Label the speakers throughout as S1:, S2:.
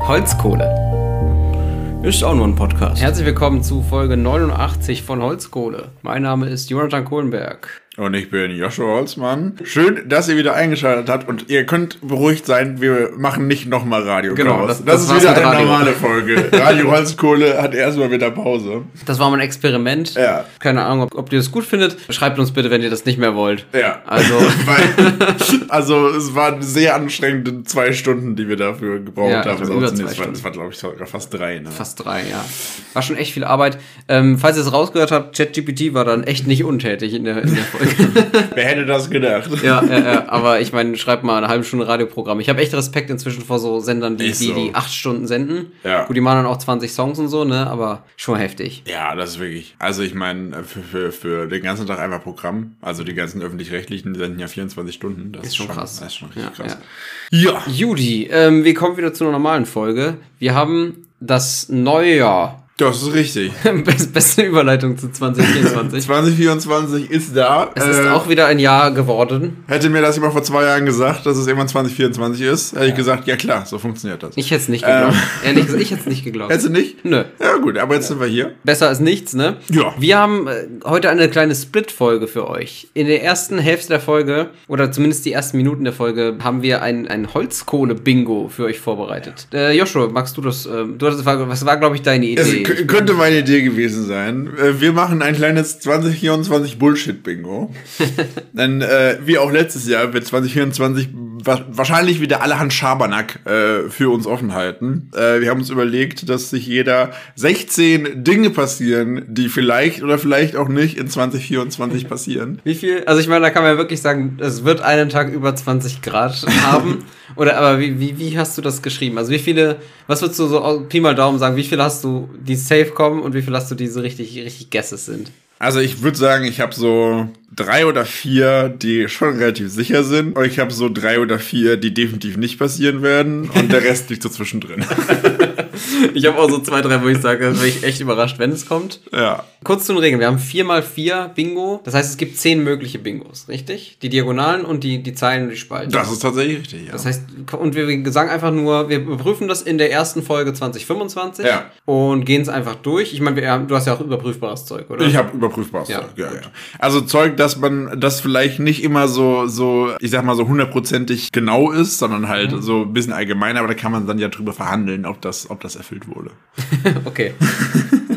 S1: Holzkohle.
S2: Ist auch nur ein Podcast.
S1: Herzlich willkommen zu Folge 89 von Holzkohle. Mein Name ist Jonathan Kohlenberg.
S3: Und ich bin Joshua Holzmann. Schön, dass ihr wieder eingeschaltet habt und ihr könnt beruhigt sein, wir machen nicht nochmal Radio.
S1: Genau,
S3: Chaos.
S1: das-
S3: das,
S1: das war's
S3: ist wieder
S1: mit
S3: eine
S1: Radio.
S3: normale Folge. Radio Holzkohle hat erstmal wieder Pause.
S1: Das war mein Experiment.
S3: Ja.
S1: Keine Ahnung, ob, ob ihr das gut findet. Schreibt uns bitte, wenn ihr das nicht mehr wollt.
S3: Ja.
S1: Also,
S3: Weil, also es waren sehr anstrengende zwei Stunden, die wir dafür gebraucht
S1: Ja, ich
S3: haben.
S1: glaub,
S3: Sonst-
S1: über zwei
S3: nee, es war,
S1: Stunden.
S3: es war glaube ich, sogar fast drei. Ne?
S1: fast drei, ja. War schon echt viel Arbeit. Ähm, falls ihr es rausgehört habt, ChatGPT war dann echt nicht untätig in der, in der Folge.
S3: Wer hätte das gedacht?
S1: ja, ja, ja, aber ich meine, schreibt mal eine halbe Stunde Radioprogramm. Ich habe echt Respekt inzwischen vor so Sendern, die,
S3: Ist
S1: die,
S3: so.
S1: die acht Stunden senden.
S3: Ja.
S1: Gut, die machen dann auch 20 Songs und so, ne? Aber schon heftig.
S3: Ja, das ist wirklich. Also ich meine, für, für, für den ganzen Tag einfach Programm. Also die ganzen öffentlich-rechtlichen die senden ja 24 Stunden. Das ist,
S1: schon krass.
S3: Das ist schon richtig
S1: Ja,
S3: krass. Ja.
S1: Judy, ähm, wir kommen wieder zu einer normalen Folge. Wir haben das neue Jahr.
S3: das ist richtig.
S1: Best- Beste Überleitung zu 2024.
S3: 2024 ist da. Äh,
S1: es ist auch wieder ein Jahr geworden.
S3: hätte mir das jemand vor zwei Jahren gesagt, dass es irgendwann 2024 ist, hätte ich gesagt, ja klar, so funktioniert das.
S1: Ich hätte es nicht geglaubt. Ehrlich gesagt, ich hätte es nicht geglaubt.
S3: Hättest du nicht?
S1: Nö.
S3: Ja gut, aber jetzt sind wir hier.
S1: Besser als nichts, ne?
S3: Ja.
S1: Wir haben äh, heute eine kleine Split-Folge für euch. In der ersten Hälfte der Folge, oder zumindest die ersten Minuten der Folge, haben wir ein, ein Holzkohle-Bingo für euch vorbereitet. Äh, Joshua, magst du das? Ähm, du hattest, was war, glaube ich, deine Idee?
S3: Es Also, k- könnte meine Idee gewesen sein. Äh, Wir machen ein kleines 2024 Bullshit-Bingo. Dann, äh, wie auch letztes Jahr, wird 2024 wa wahrscheinlich wieder allerhand Schabernack äh, für uns offen halten. Äh, wir haben uns überlegt, dass sich jeder 16 Dinge passieren, die vielleicht oder vielleicht auch nicht in 2024 passieren.
S1: Wie viel? Also ich meine, da kann man ja wirklich sagen, es wird einen Tag über 20 Grad haben. Oder aber wie, wie, wie hast du das geschrieben? Also wie viele, was würdest du so aus- Pi mal Daumen sagen, wie viele hast du, die safe kommen und wie viele hast du, die so richtig, richtig Guesses sind?
S3: Also ich würde sagen, ich habe so drei oder vier, die schon relativ sicher sind. Und ich habe so drei oder vier, die definitiv nicht passieren werden. Und der Rest liegt so zwischendrin.
S1: Ich habe auch so zwei, drei, wo ich sage, da bin ich echt überrascht, wenn es kommt.
S3: Ja.
S1: Kurz zu den Regeln. Wir haben 4x4 Bingo. Das heißt, es gibt 10 mögliche Bingos, richtig? Die Diagonalen und die, die Zeilen und die Spalten.
S3: Das ist tatsächlich richtig, ja.
S1: Das heißt, und wir sagen einfach nur, wir überprüfen das in der ersten Folge 2025
S3: Ja.
S1: und gehen es einfach durch. Ich meine, wir haben- du hast ja auch überprüfbares Zeug, oder?
S3: ich habe überprüfbares
S1: Ja,
S3: Zeug, ja, ja. Also Zeug, dass man das vielleicht nicht immer so, so, ich sag mal so hundertprozentig genau ist, sondern halt
S1: Mhm.
S3: so ein bisschen allgemeiner, aber da kann man dann ja drüber verhandeln, ob das, ob das erfüllt wurde.
S1: Okay.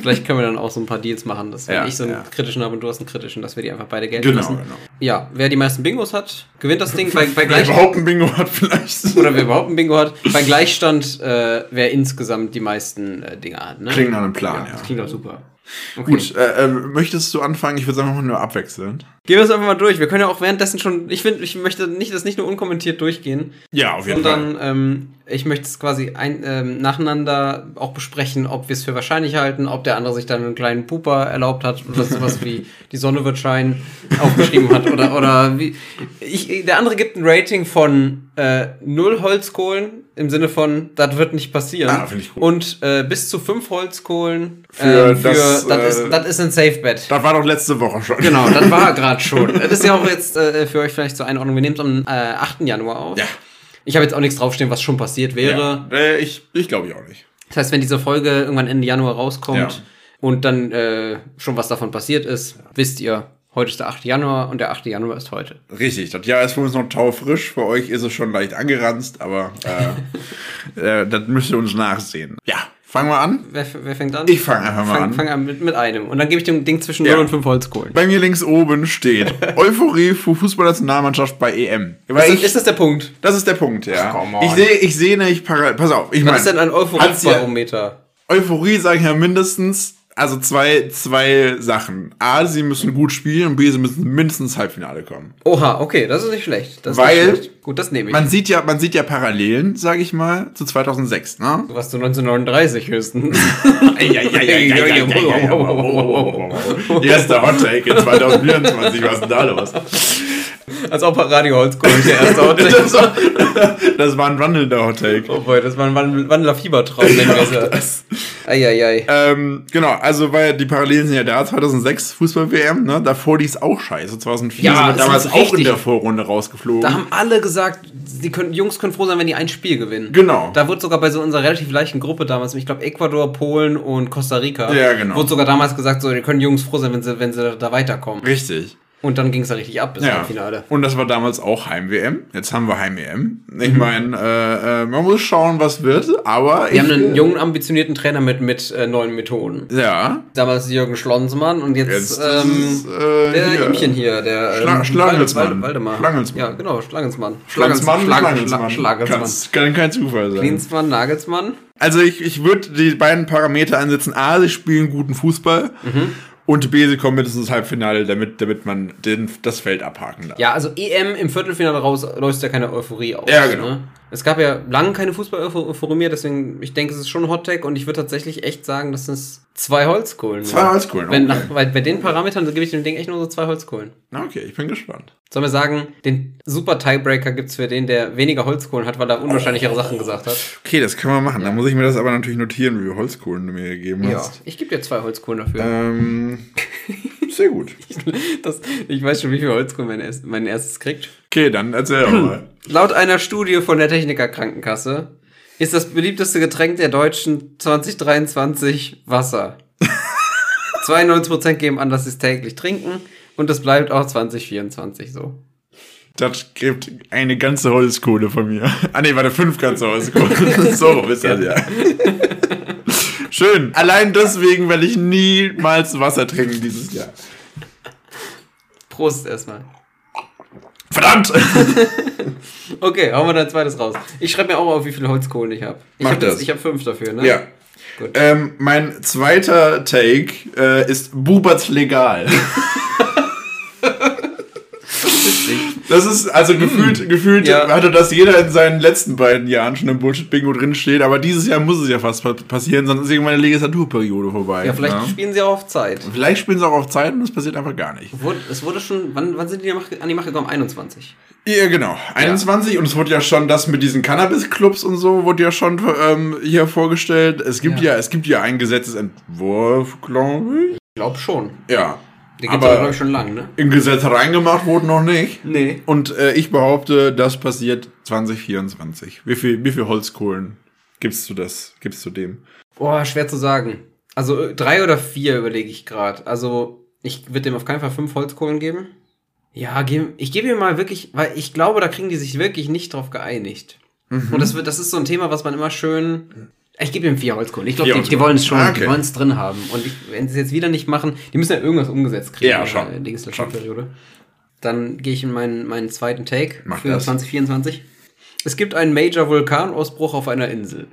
S1: Vielleicht können wir dann auch so ein paar Deals machen, dass wenn
S3: Ja,
S1: ich so einen
S3: ja.
S1: kritischen habe und du hast einen kritischen, dass wir die einfach beide gelten lassen.
S3: genau.
S1: Ja, wer die meisten Bingos hat, gewinnt das Ding bei, bei
S3: Wer
S1: gleich
S3: überhaupt ein Bingo hat vielleicht.
S1: oder wer überhaupt ein Bingo hat, bei Gleichstand, äh, wer insgesamt die meisten äh, Dinge hat. Ne?
S3: Klingt nach einem Plan, ja.
S1: Das klingt doch super. Okay.
S3: Gut, äh, äh, möchtest du anfangen? Ich würde sagen, wir machen nur abwechselnd.
S1: Gehen wir es einfach mal durch. Wir können ja auch währenddessen schon. Ich finde, ich möchte nicht, das nicht nur unkommentiert durchgehen,
S3: Ja, auf jeden Fall.
S1: sondern ähm, ich möchte es quasi ein, ähm, nacheinander auch besprechen, ob wir es für wahrscheinlich halten, ob der andere sich dann einen kleinen Puper erlaubt hat oder sowas wie die Sonne wird scheinen aufgeschrieben hat oder oder wie ich, der andere gibt ein Rating von äh, null Holzkohlen im Sinne von das wird nicht passieren
S3: Ah, finde ich gut.
S1: und äh, bis zu fünf Holzkohlen
S3: Für
S1: ähm, für das,
S3: das,
S1: ist,
S3: äh,
S1: das ist ein Safe Bet.
S3: Das war doch letzte Woche schon.
S1: Genau, das war gerade schon. Das ist ja auch jetzt äh, für euch vielleicht zur Einordnung. Wir nehmen es am äh, 8. Januar auf.
S3: Ja.
S1: Ich habe jetzt auch nichts draufstehen, was schon passiert wäre.
S3: Ja. Äh, ich ich glaube ich auch nicht.
S1: Das heißt, wenn diese Folge irgendwann Ende Januar rauskommt
S3: Ja.
S1: und dann äh, schon was davon passiert ist, wisst ihr, heute ist der 8. Januar und der 8. Januar ist heute.
S3: Richtig, das Jahr ist für uns noch taufrisch. Für euch ist es schon leicht angeranzt, aber äh, äh, das müsst ihr uns nachsehen. Ja, fangen wir an.
S1: Wer, wer fängt an?
S3: Ich fang einfach mal
S1: fang,
S3: an.
S1: Fang an mit, mit einem. Und dann gebe ich dem Ding zwischen
S3: Ja.
S1: 0 und 5 Holzkohlen.
S3: Bei mir links oben steht Euphorie für Fußballnationalmannschaft bei E EM. Weil
S1: Ist,
S3: ich,
S1: das- ist das der Punkt?
S3: das ist der Punkt, ja.
S1: Ach, come on.
S3: ich sehe ich seh nicht parallel. Pass auf, ich meine.
S1: Was ist denn ein
S3: hat's ja-
S1: Euphoriebarometer?
S3: Euphorie sagen ja mindestens, also zwei, zwei Sachen. A, sie müssen gut spielen und B, sie müssen mindestens ins Halbfinale kommen.
S1: Oha, okay, das ist nicht schlecht. Das ist
S3: Weil-
S1: nicht schlecht. Gut, das nehme ich.
S3: Man sieht ja, man sieht ja Parallelen, sage ich mal, zu 2006, ne?
S1: Du warst du 1939 höchstens.
S3: Erster Hot Take in 2024, was ist denn da los?
S1: Als ob Radio Holzkohl der erste Outtake.
S3: Das war, das war ein wandelnder Hot Take.
S1: Oh boy, das war ein Wandler Fiebertraum, nennen wir es. Eieiei.
S3: Ähm, genau, also weil die Parallelen sind ja da, 2006 Fußball-WM, ne? davor lief es auch scheiße. 2004
S1: Ja,
S3: sind wir
S1: es
S3: damals
S1: ist
S3: auch in
S1: richtig.
S3: der Vorrunde rausgeflogen.
S1: Da haben alle gesagt, die können, Jungs können froh sein, wenn die ein Spiel gewinnen.
S3: Genau.
S1: Da wurde sogar bei so unserer relativ leichten Gruppe damals, ich glaube Ecuador, Polen und Costa Rica,
S3: Ja, genau.
S1: wurde sogar damals gesagt, so, die können Jungs froh sein, wenn sie, wenn sie da weiterkommen.
S3: Richtig.
S1: Und dann ging es da richtig ab bis zum
S3: Ja.
S1: Finale.
S3: Und das war damals auch Heim-WM. Jetzt haben wir Heim-EM. Ich meine, äh, äh, man muss schauen, was wird, aber.
S1: Wir haben einen jungen, ambitionierten Trainer mit, mit äh, neuen Methoden.
S3: Ja.
S1: Damals Jürgen Schlonsmann und jetzt,
S3: Jetzt
S1: ähm,
S3: ist, äh,
S1: der
S3: hier.
S1: Ihmchen hier, der ähm,
S3: Schla- Schlagelsmann.
S1: Walde- Walde- Waldemar.
S3: Schlagelsmann.
S1: Ja, genau, Schlagelsmann.
S3: Schlagelsmann,
S1: Schlagelsmann.
S3: Schlagelsmann.
S1: Schlagelsmann.
S3: Kann's- Kann kein Zufall sein.
S1: Klinsmann, Nagelsmann.
S3: Also ich, ich würde die beiden Parameter ansetzen. A, sie spielen guten Fußball. Und B, sie kommen mindestens ins Halbfinale, damit, damit man den, das Feld abhaken darf.
S1: Ja, also EM im Viertelfinale raus löst ja keine Euphorie aus.
S3: Ja, genau.
S1: Ne? Es gab ja lange keine Fußball-Euphorie mehr, deswegen, ich denke, es ist schon ein Hottech und ich würde tatsächlich echt sagen, das ist zwei Holzkohlen.
S3: Zwei
S1: waren.
S3: Holzkohlen,
S1: Wenn,
S3: okay.
S1: nach, bei, bei den Parametern gebe ich dem Ding echt nur so zwei Holzkohlen.
S3: Na, okay, ich bin gespannt.
S1: Sollen wir sagen, den super Tiebreaker gibt's für den, der weniger Holzkohlen hat, weil er unwahrscheinlichere Sachen gesagt hat?
S3: Okay, das können wir machen. Dann muss ich mir das aber natürlich notieren, wie viele Holzkohlen du mir gegeben hast.
S1: Ich gebe dir zwei Holzkohlen dafür.
S3: Ähm, sehr gut. Äh.
S1: Das, ich weiß schon, wie viel Holzkohlen mein, erst- mein erstes kriegt.
S3: Okay, dann erzähl doch mal.
S1: Laut einer Studie von der Techniker Krankenkasse ist das beliebteste Getränk der Deutschen 2023 Wasser. 92% geben an, dass sie es täglich trinken und das bleibt auch 2024 so.
S3: Das gibt eine ganze Holzkohle von mir. Ah nee, warte, fünf ganze Holzkohle. so rum ist das ja. Schön. Allein deswegen werde ich niemals Wasser trinken dieses Jahr.
S1: Prost erstmal.
S3: Verdammt!
S1: Okay, hauen wir da ein zweites raus. Ich schreibe mir auch auf, wie viele Holzkohlen ich habe. Ich
S3: Mach
S1: habe
S3: das.
S1: ich habe fünf dafür, ne?
S3: Ja.
S1: Gut.
S3: Ähm, mein zweiter Take äh, ist Buberts legal. Das ist, also gefühlt, gefühlt
S1: Hm. Ja.
S3: hatte das jeder in seinen letzten beiden Jahren schon im Bullshit-Bingo drinstehen, aber dieses Jahr muss es ja fast pa- passieren, sonst ist irgendwann eine Legislaturperiode vorbei.
S1: Ja, vielleicht
S3: ne?
S1: spielen sie auch auf Zeit.
S3: vielleicht spielen sie auch auf Zeit und es passiert einfach gar nicht.
S1: Wurde, es wurde schon, wann, wann sind die an die Macht gekommen? 21.
S3: Ja, genau. 21 und es wurde ja schon das mit diesen Cannabis-Clubs und so wurde ja schon ähm, hier vorgestellt. Es gibt ja.
S1: Ja.
S3: es gibt ja einen Gesetzesentwurf, glaube ich.
S1: Ich glaube schon.
S3: Ja.
S1: Die gibt's aber,
S3: aber
S1: glaube ich, schon lang, ne?
S3: im Gesetz reingemacht wurde noch nicht.
S1: Nee.
S3: Und äh, ich behaupte, das passiert 2024. Wie viel, wie viel Holzkohlen gibst du das? Gibst du dem?
S1: Boah, schwer zu sagen. Also äh, drei oder vier überlege ich gerade. Also ich würde dem auf keinen Fall fünf Holzkohlen geben. Ja, geb, ich gebe ihm mal wirklich, weil ich glaube, da kriegen die sich wirklich nicht drauf geeinigt.
S3: Mhm.
S1: Und das, wird, das ist so ein Thema, was man immer schön. Ich gebe ihm vier Holzkohlen. Ich glaube,
S3: Vier
S1: die, die wollen
S3: Holzkohlen.
S1: es schon,
S3: Ah, okay.
S1: die wollen es drin haben. Und ich, wenn sie es jetzt wieder nicht machen, die müssen ja irgendwas umgesetzt kriegen
S3: Ja,
S1: in
S3: schon.
S1: der Legislaturperiode. Dann gehe ich in meinen, meinen zweiten Take
S3: Mach
S1: für
S3: das.
S1: 2024. Es gibt einen Major Vulkanausbruch auf einer Insel.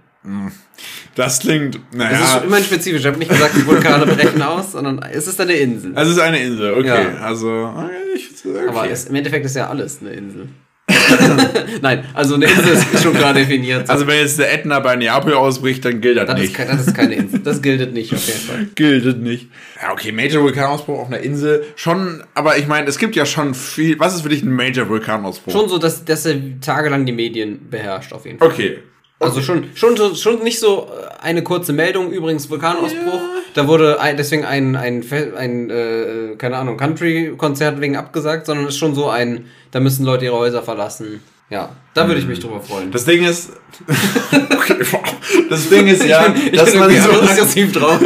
S3: Das klingt, naja.
S1: Es ist schon immer ein spezifisch. Ich habe nicht gesagt, die Vulkane brechen aus, sondern es ist eine Insel.
S3: es ist eine Insel, okay.
S1: Ja.
S3: Also, okay, ich, Also, okay.
S1: Aber es, im Endeffekt ist ja alles eine Insel. Nein, also eine Insel ist schon klar definiert.
S3: also wenn jetzt der Ätna bei Neapel ausbricht, dann gilt das,
S1: das, ist,
S3: nicht.
S1: ke- das ist keine Insel. Das gilt nicht auf jeden Fall.
S3: Gilt nicht. Ja, okay, Major Vulkanausbruch auf einer Insel. Schon, aber ich meine, es gibt ja schon viel. Was ist für dich ein Major Vulkanausbruch?
S1: Schon so, dass, dass er tagelang die Medien beherrscht, auf jeden Fall.
S3: Okay.
S1: Also schon, schon, so, schon nicht so äh, eine kurze Meldung, übrigens Vulkanausbruch. Da wurde ein, deswegen ein, ein, Fe- ein äh, keine Ahnung, Country-Konzert wegen abgesagt, sondern es ist schon so ein, da müssen Leute ihre Häuser verlassen. Ja, da würde ich mich drüber freuen.
S3: Das Ding ist. okay, wow. Das Ding ist ja,
S1: Das
S3: dass man,
S1: ist so
S3: sowas,
S1: aggressiv drauf.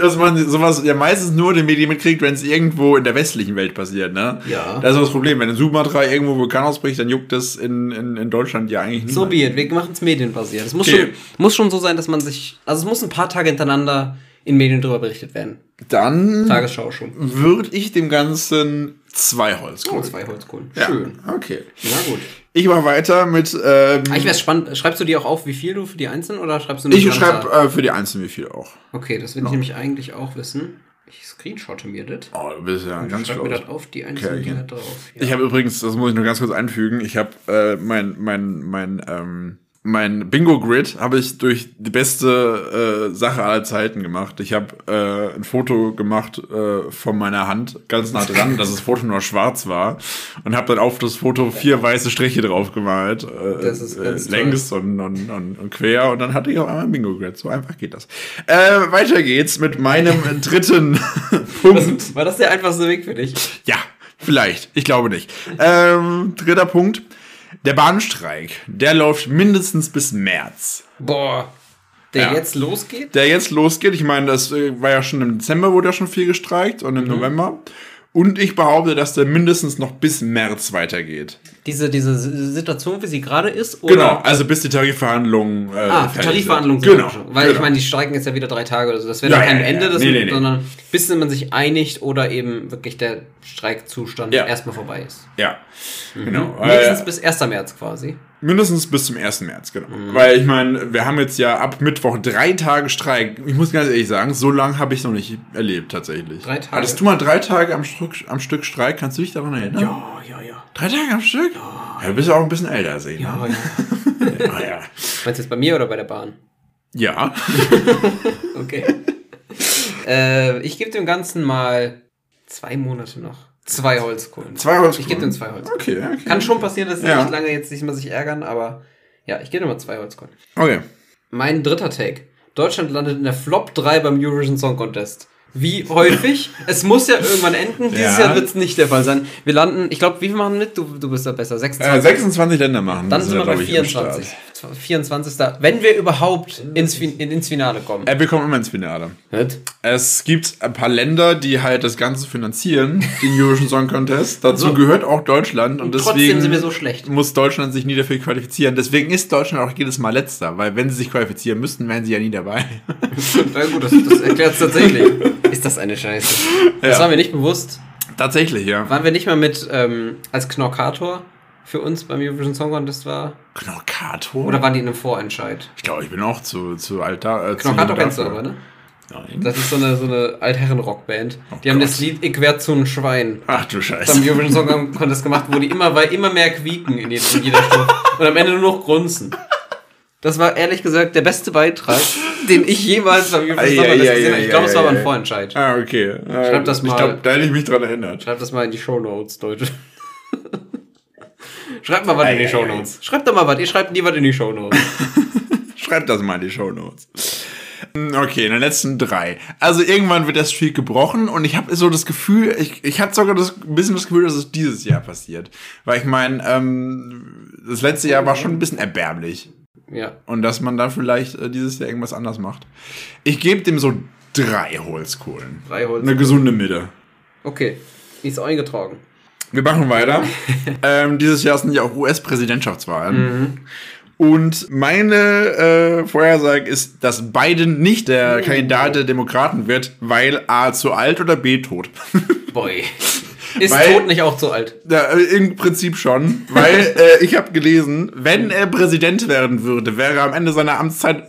S3: dass man sowas ja meistens nur in den Medien mitkriegt, wenn es irgendwo in der westlichen Welt passiert, ne?
S1: Ja.
S3: Das ist das Problem. Wenn in Sumatra irgendwo Vulkan ausbricht, dann juckt das in, in, in Deutschland ja eigentlich nicht.
S1: so be it. Wir machen es medienbasiert. Es muss,
S3: Okay.
S1: schon, muss schon so sein, dass man sich. Also es muss ein paar Tage hintereinander in Medien drüber berichtet werden.
S3: Dann
S1: Tagesschau schon.
S3: würde ich dem Ganzen zwei
S1: Oh,
S3: Holzkohlen.
S1: zwei Holzkohlen.
S3: Ja,
S1: Schön.
S3: Okay.
S1: Na gut.
S3: Ich mache weiter mit. Ähm,
S1: Ah, Ich wär's spannend. Schreibst du dir auch auf, wie viel du für die einzelnen oder schreibst du
S3: Ich
S1: eine
S3: schreibe
S1: Anzahl?
S3: äh, für die Einzelnen wie viel auch.
S1: Okay, das will ich nämlich eigentlich auch wissen. Ich screenshotte mir das.
S3: Oh, du bist ja ein ganz
S1: Schreib mir
S3: schlau.
S1: das auf, die einzelnen
S3: Okay,
S1: Dinger
S3: okay.
S1: drauf. Ja.
S3: Ich habe übrigens, das muss ich nur ganz kurz einfügen, ich habe äh, mein, mein, mein, ähm, mein Bingo-Grid habe ich durch die beste äh, Sache aller Zeiten gemacht. Ich habe äh, ein Foto gemacht äh, von meiner Hand, ganz nah dran, dass das Foto nur schwarz war. Und habe dann auf das Foto vier weiße Striche drauf gemalt. Äh,
S1: Das ist ganz
S3: äh, längs und, und, und, und quer. Und dann hatte ich auf einmal ein Bingo-Grid. So einfach geht das. Äh, weiter geht's mit meinem dritten Punkt.
S1: War das der einfachste Weg für dich?
S3: Ja, vielleicht. Ich glaube nicht. Ähm, dritter Punkt. Der Bahnstreik, der läuft mindestens bis März.
S1: Boah. Der
S3: Ja.
S1: jetzt losgeht?
S3: Der jetzt losgeht, ich meine, das äh, war ja schon im Dezember, wurde ja schon viel gestreikt und im
S1: Mhm.
S3: November. Und ich behaupte, dass der mindestens noch bis März weitergeht.
S1: Diese, diese S- Situation, wie sie gerade ist? Oder?
S3: Genau, also bis die Tarifverhandlungen. Äh,
S1: Ah,
S3: fertig sind.
S1: Tarifverhandlungen sind
S3: Genau.
S1: auch schon. Weil
S3: genau.
S1: ich meine, die streiken jetzt ja wieder drei Tage oder so. Das wäre
S3: Ja,
S1: dann kein
S3: ja, ja,
S1: Ende,
S3: ja.
S1: des,
S3: Nee, nee, nee.
S1: sondern bis man sich einigt oder eben wirklich der Streikzustand
S3: Ja.
S1: erstmal vorbei ist.
S3: Ja. Genau.
S1: Mhm. Mindestens
S3: Äh,
S1: bis 1. März quasi.
S3: Mindestens bis zum 1. März, genau.
S1: Mhm.
S3: Weil ich meine, wir haben jetzt ja ab Mittwoch drei Tage Streik. Ich muss ganz ehrlich sagen, so lange habe ich es noch nicht erlebt tatsächlich.
S1: Drei Tage?
S3: Hattest du mal drei Tage am, Stück- am Stück Streik? Kannst du dich daran erinnern?
S1: Ja, ja, ja.
S3: Drei Tage am Stück? Ja, du bist ja auch ein bisschen älter, als ich.
S1: ja,
S3: Ne?
S1: ja.
S3: Ja. ja.
S1: Meinst du jetzt bei mir oder bei der Bahn?
S3: ja.
S1: Okay. äh, ich gebe dem Ganzen mal zwei Monate noch. Zwei Holzkohlen.
S3: Zwei Holzkohlen.
S1: Ich gebe dem zwei Holzkohlen.
S3: Okay, okay.
S1: Kann schon passieren, dass sie
S3: Ja.
S1: nicht lange jetzt nicht mehr sich ärgern, aber ja, ich gebe dem mal zwei Holzkohlen.
S3: Okay. Äh,
S1: Mein dritter Take. Deutschland landet in der Flop 3 beim Eurovision Song Contest. Wie häufig? es muss ja irgendwann enden. Dieses
S3: Ja.
S1: Jahr wird es nicht der Fall sein. Wir landen, ich glaube, wie viel machen mit? Du, du bist da besser. 26.
S3: Äh, 26 Länder machen.
S1: Dann sind wir bei
S3: glaub ich, am Start.
S1: 24. 24. Wenn wir überhaupt ins, Fin- in, ins Finale kommen.
S3: Äh, wir kommen immer ins Finale.
S1: Hört?
S3: Es gibt ein paar Länder, die halt das Ganze finanzieren, den Eurovision Song Contest. Dazu gehört auch Deutschland und,
S1: trotzdem
S3: deswegen
S1: sind wir so schlecht.
S3: muss Deutschland sich nie dafür qualifizieren. Deswegen ist Deutschland auch jedes Mal letzter, weil wenn sie sich qualifizieren müssten, wären sie ja nie dabei.
S1: Na gut, das, das erklärt es tatsächlich. Ist das eine Scheiße? Das
S3: Ja.
S1: war mir nicht bewusst.
S3: Tatsächlich, ja.
S1: Waren wir nicht mal mit ähm, als Knorkator für uns beim Eurovision Song Contest war?
S3: Knorkator?
S1: Oder waren die in einem Vorentscheid?
S3: ich glaube, ich bin auch zu, zu alt da. Äh, zu
S1: Knorkator
S3: jung
S1: kennst du
S3: dafür.
S1: aber, ne?
S3: Nein.
S1: Das ist so eine, so eine Altherren-Rockband. Die haben
S3: Oh Gott.
S1: das Lied Ich werd zu einem Schwein
S3: Ach du
S1: beim
S3: Scheiße.
S1: Eurovision Song Contest gemacht, wo die immer, weil immer mehr quieken in jeder, in jeder Strophe und am Ende nur noch grunzen. Das war ehrlich gesagt der beste Beitrag, den ich jemals beim Eurovision Song Contest
S3: Ei, ei,
S1: gesehen
S3: ei,
S1: habe. Ich
S3: ei,
S1: glaube, es war
S3: ei,
S1: aber ein
S3: ei.
S1: Vorentscheid.
S3: Ah, okay. Äh,
S1: Schreib das mal.
S3: Ich glaube, da hätte ich mich dran erinnert.
S1: Schreib das mal in die Shownotes, Leute. Schreibt mal was in die
S3: Ei, ei,
S1: Shownotes. Schreibt doch mal was. Ihr schreibt nie was in die Shownotes.
S3: Schreibt das mal in die Shownotes. Mm, Okay, in den letzten drei. Also irgendwann wird das Streak gebrochen und ich habe so das Gefühl, ich, ich hatte sogar das, ein bisschen das Gefühl, dass es dieses Jahr passiert. Weil ich meine, ähm, das letzte Jahr war schon ein bisschen erbärmlich.
S1: Ja.
S3: Und dass man dann vielleicht äh, dieses Jahr irgendwas anders macht. Ich gebe dem so drei Holzkohlen.
S1: Drei Holzkohlen.
S3: Eine gesunde Mitte.
S1: Okay. Die ist eingetragen.
S3: Wir machen weiter. ähm, dieses Jahr sind ja auch US-Präsidentschaftswahlen.
S1: Mhm.
S3: Und meine äh, Vorhersage ist, dass Biden nicht
S1: Oh.
S3: der Kandidat der Demokraten wird, weil A zu alt oder B tot.
S1: Boy. Ist
S3: Weil-
S1: Tod nicht auch zu alt?
S3: ja, äh, Im Prinzip schon, weil äh, ich habe gelesen, wenn er Präsident werden würde, wäre er am Ende seiner Amtszeit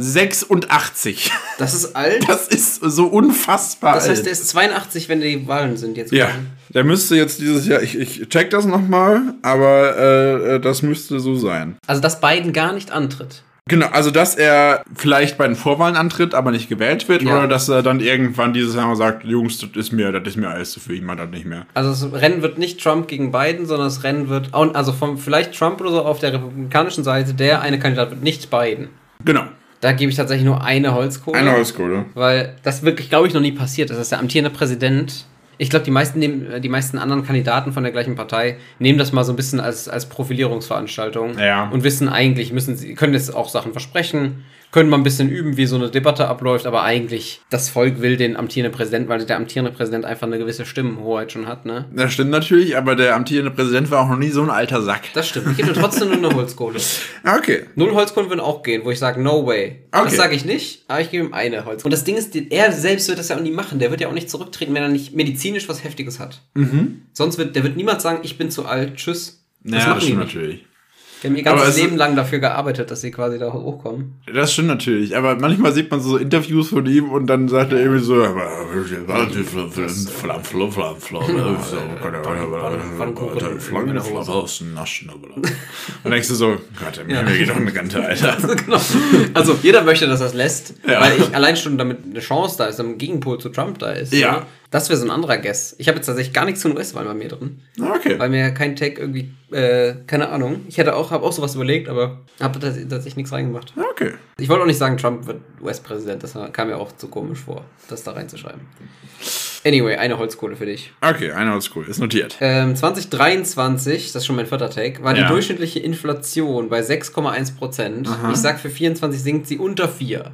S3: 86.
S1: Das ist alt?
S3: Das ist so unfassbar.
S1: Das heißt,
S3: alt.
S1: der ist 82, wenn die Wahlen sind jetzt.
S3: Ja, der müsste jetzt dieses Jahr, ich, ich check das nochmal, aber äh, äh, das müsste so sein.
S1: Also, dass Biden gar nicht antritt.
S3: Genau, also dass er vielleicht bei den Vorwahlen antritt, aber nicht gewählt wird,
S1: Ja.
S3: oder dass er dann irgendwann dieses Jahr mal sagt, Jungs, das ist mir, das ist mir alles zu viel, ich mach das nicht mehr.
S1: Also das Rennen wird nicht Trump gegen Biden, sondern das Rennen wird, au- also vom, vielleicht Trump oder so auf der republikanischen Seite, der eine Kandidat wird, nicht Biden.
S3: Genau.
S1: Da gebe ich tatsächlich nur eine Holzkohle.
S3: Eine Holzkohle.
S1: Weil das wirklich, glaube ich, noch nie passiert ist, dass der amtierende Präsident, ich glaube, die meisten, nehmen, äh, die meisten anderen Kandidaten von der gleichen Partei nehmen das mal so ein bisschen als, als Profilierungsveranstaltung
S3: Ja.
S1: und wissen eigentlich, müssen sie, können jetzt auch Sachen versprechen, können mal ein bisschen üben, wie so eine Debatte abläuft, aber eigentlich, das Volk will den amtierenden Präsidenten, weil der amtierende Präsident einfach eine gewisse Stimmenhoheit schon hat, ne?
S3: Das stimmt natürlich, aber der amtierende Präsident war auch noch nie so ein alter Sack.
S1: Das stimmt. Ich gebe dir trotzdem nur eine Holzkohle.
S3: Okay.
S1: Null Holzkohlen würden auch gehen, wo ich sage, no way. Das
S3: Okay.
S1: sage ich nicht, aber ich gebe ihm eine Holzkohle. Und das Ding ist, den- er selbst wird das ja auch nie machen. Der wird ja auch nicht zurücktreten, wenn er nicht medizinisch was Heftiges hat. Sonst wird, der wird niemals sagen, ich bin zu alt, tschüss.
S3: Mhm. Ja, das
S1: die
S3: stimmt
S1: nicht.
S3: natürlich.
S1: Die haben ihr
S3: Aber
S1: ganzes
S3: es ist-
S1: Leben lang dafür gearbeitet, dass sie quasi da hochkommen.
S3: Das stimmt natürlich, aber manchmal sieht man so Interviews von ihm und dann sagt er irgendwie so,
S4: Flam, flam, flam, flam.
S3: und denkst du so, Gott, mir geht doch eine Kante, Alter.
S1: genau. Also jeder möchte, dass das lässt,
S3: Ja.
S1: weil ich allein schon damit eine Chance da ist, damit ein Gegenpol zu Trump da ist.
S3: Ja.
S1: ne? Das wäre so ein anderer Guess. Ich habe jetzt tatsächlich gar nichts zu US-Wahlen bei mir drin.
S3: Na, Okay.
S1: Weil mir kein Take irgendwie, äh, keine Ahnung. Ich hätte auch, habe auch sowas überlegt, aber habe tatsächlich nichts reingemacht.
S3: Na, Okay.
S1: Ich wollte auch nicht sagen, Trump wird US-Präsident. Das kam mir auch zu komisch vor, das da reinzuschreiben. Anyway, eine Holzkohle für dich.
S3: Okay, einer ist cool, ist notiert.
S1: Ähm, 2023, das ist schon mein vierter Take, war
S3: Ja.
S1: die durchschnittliche Inflation bei 6,1 Prozent. Ich sag, für 24 sinkt sie unter 4.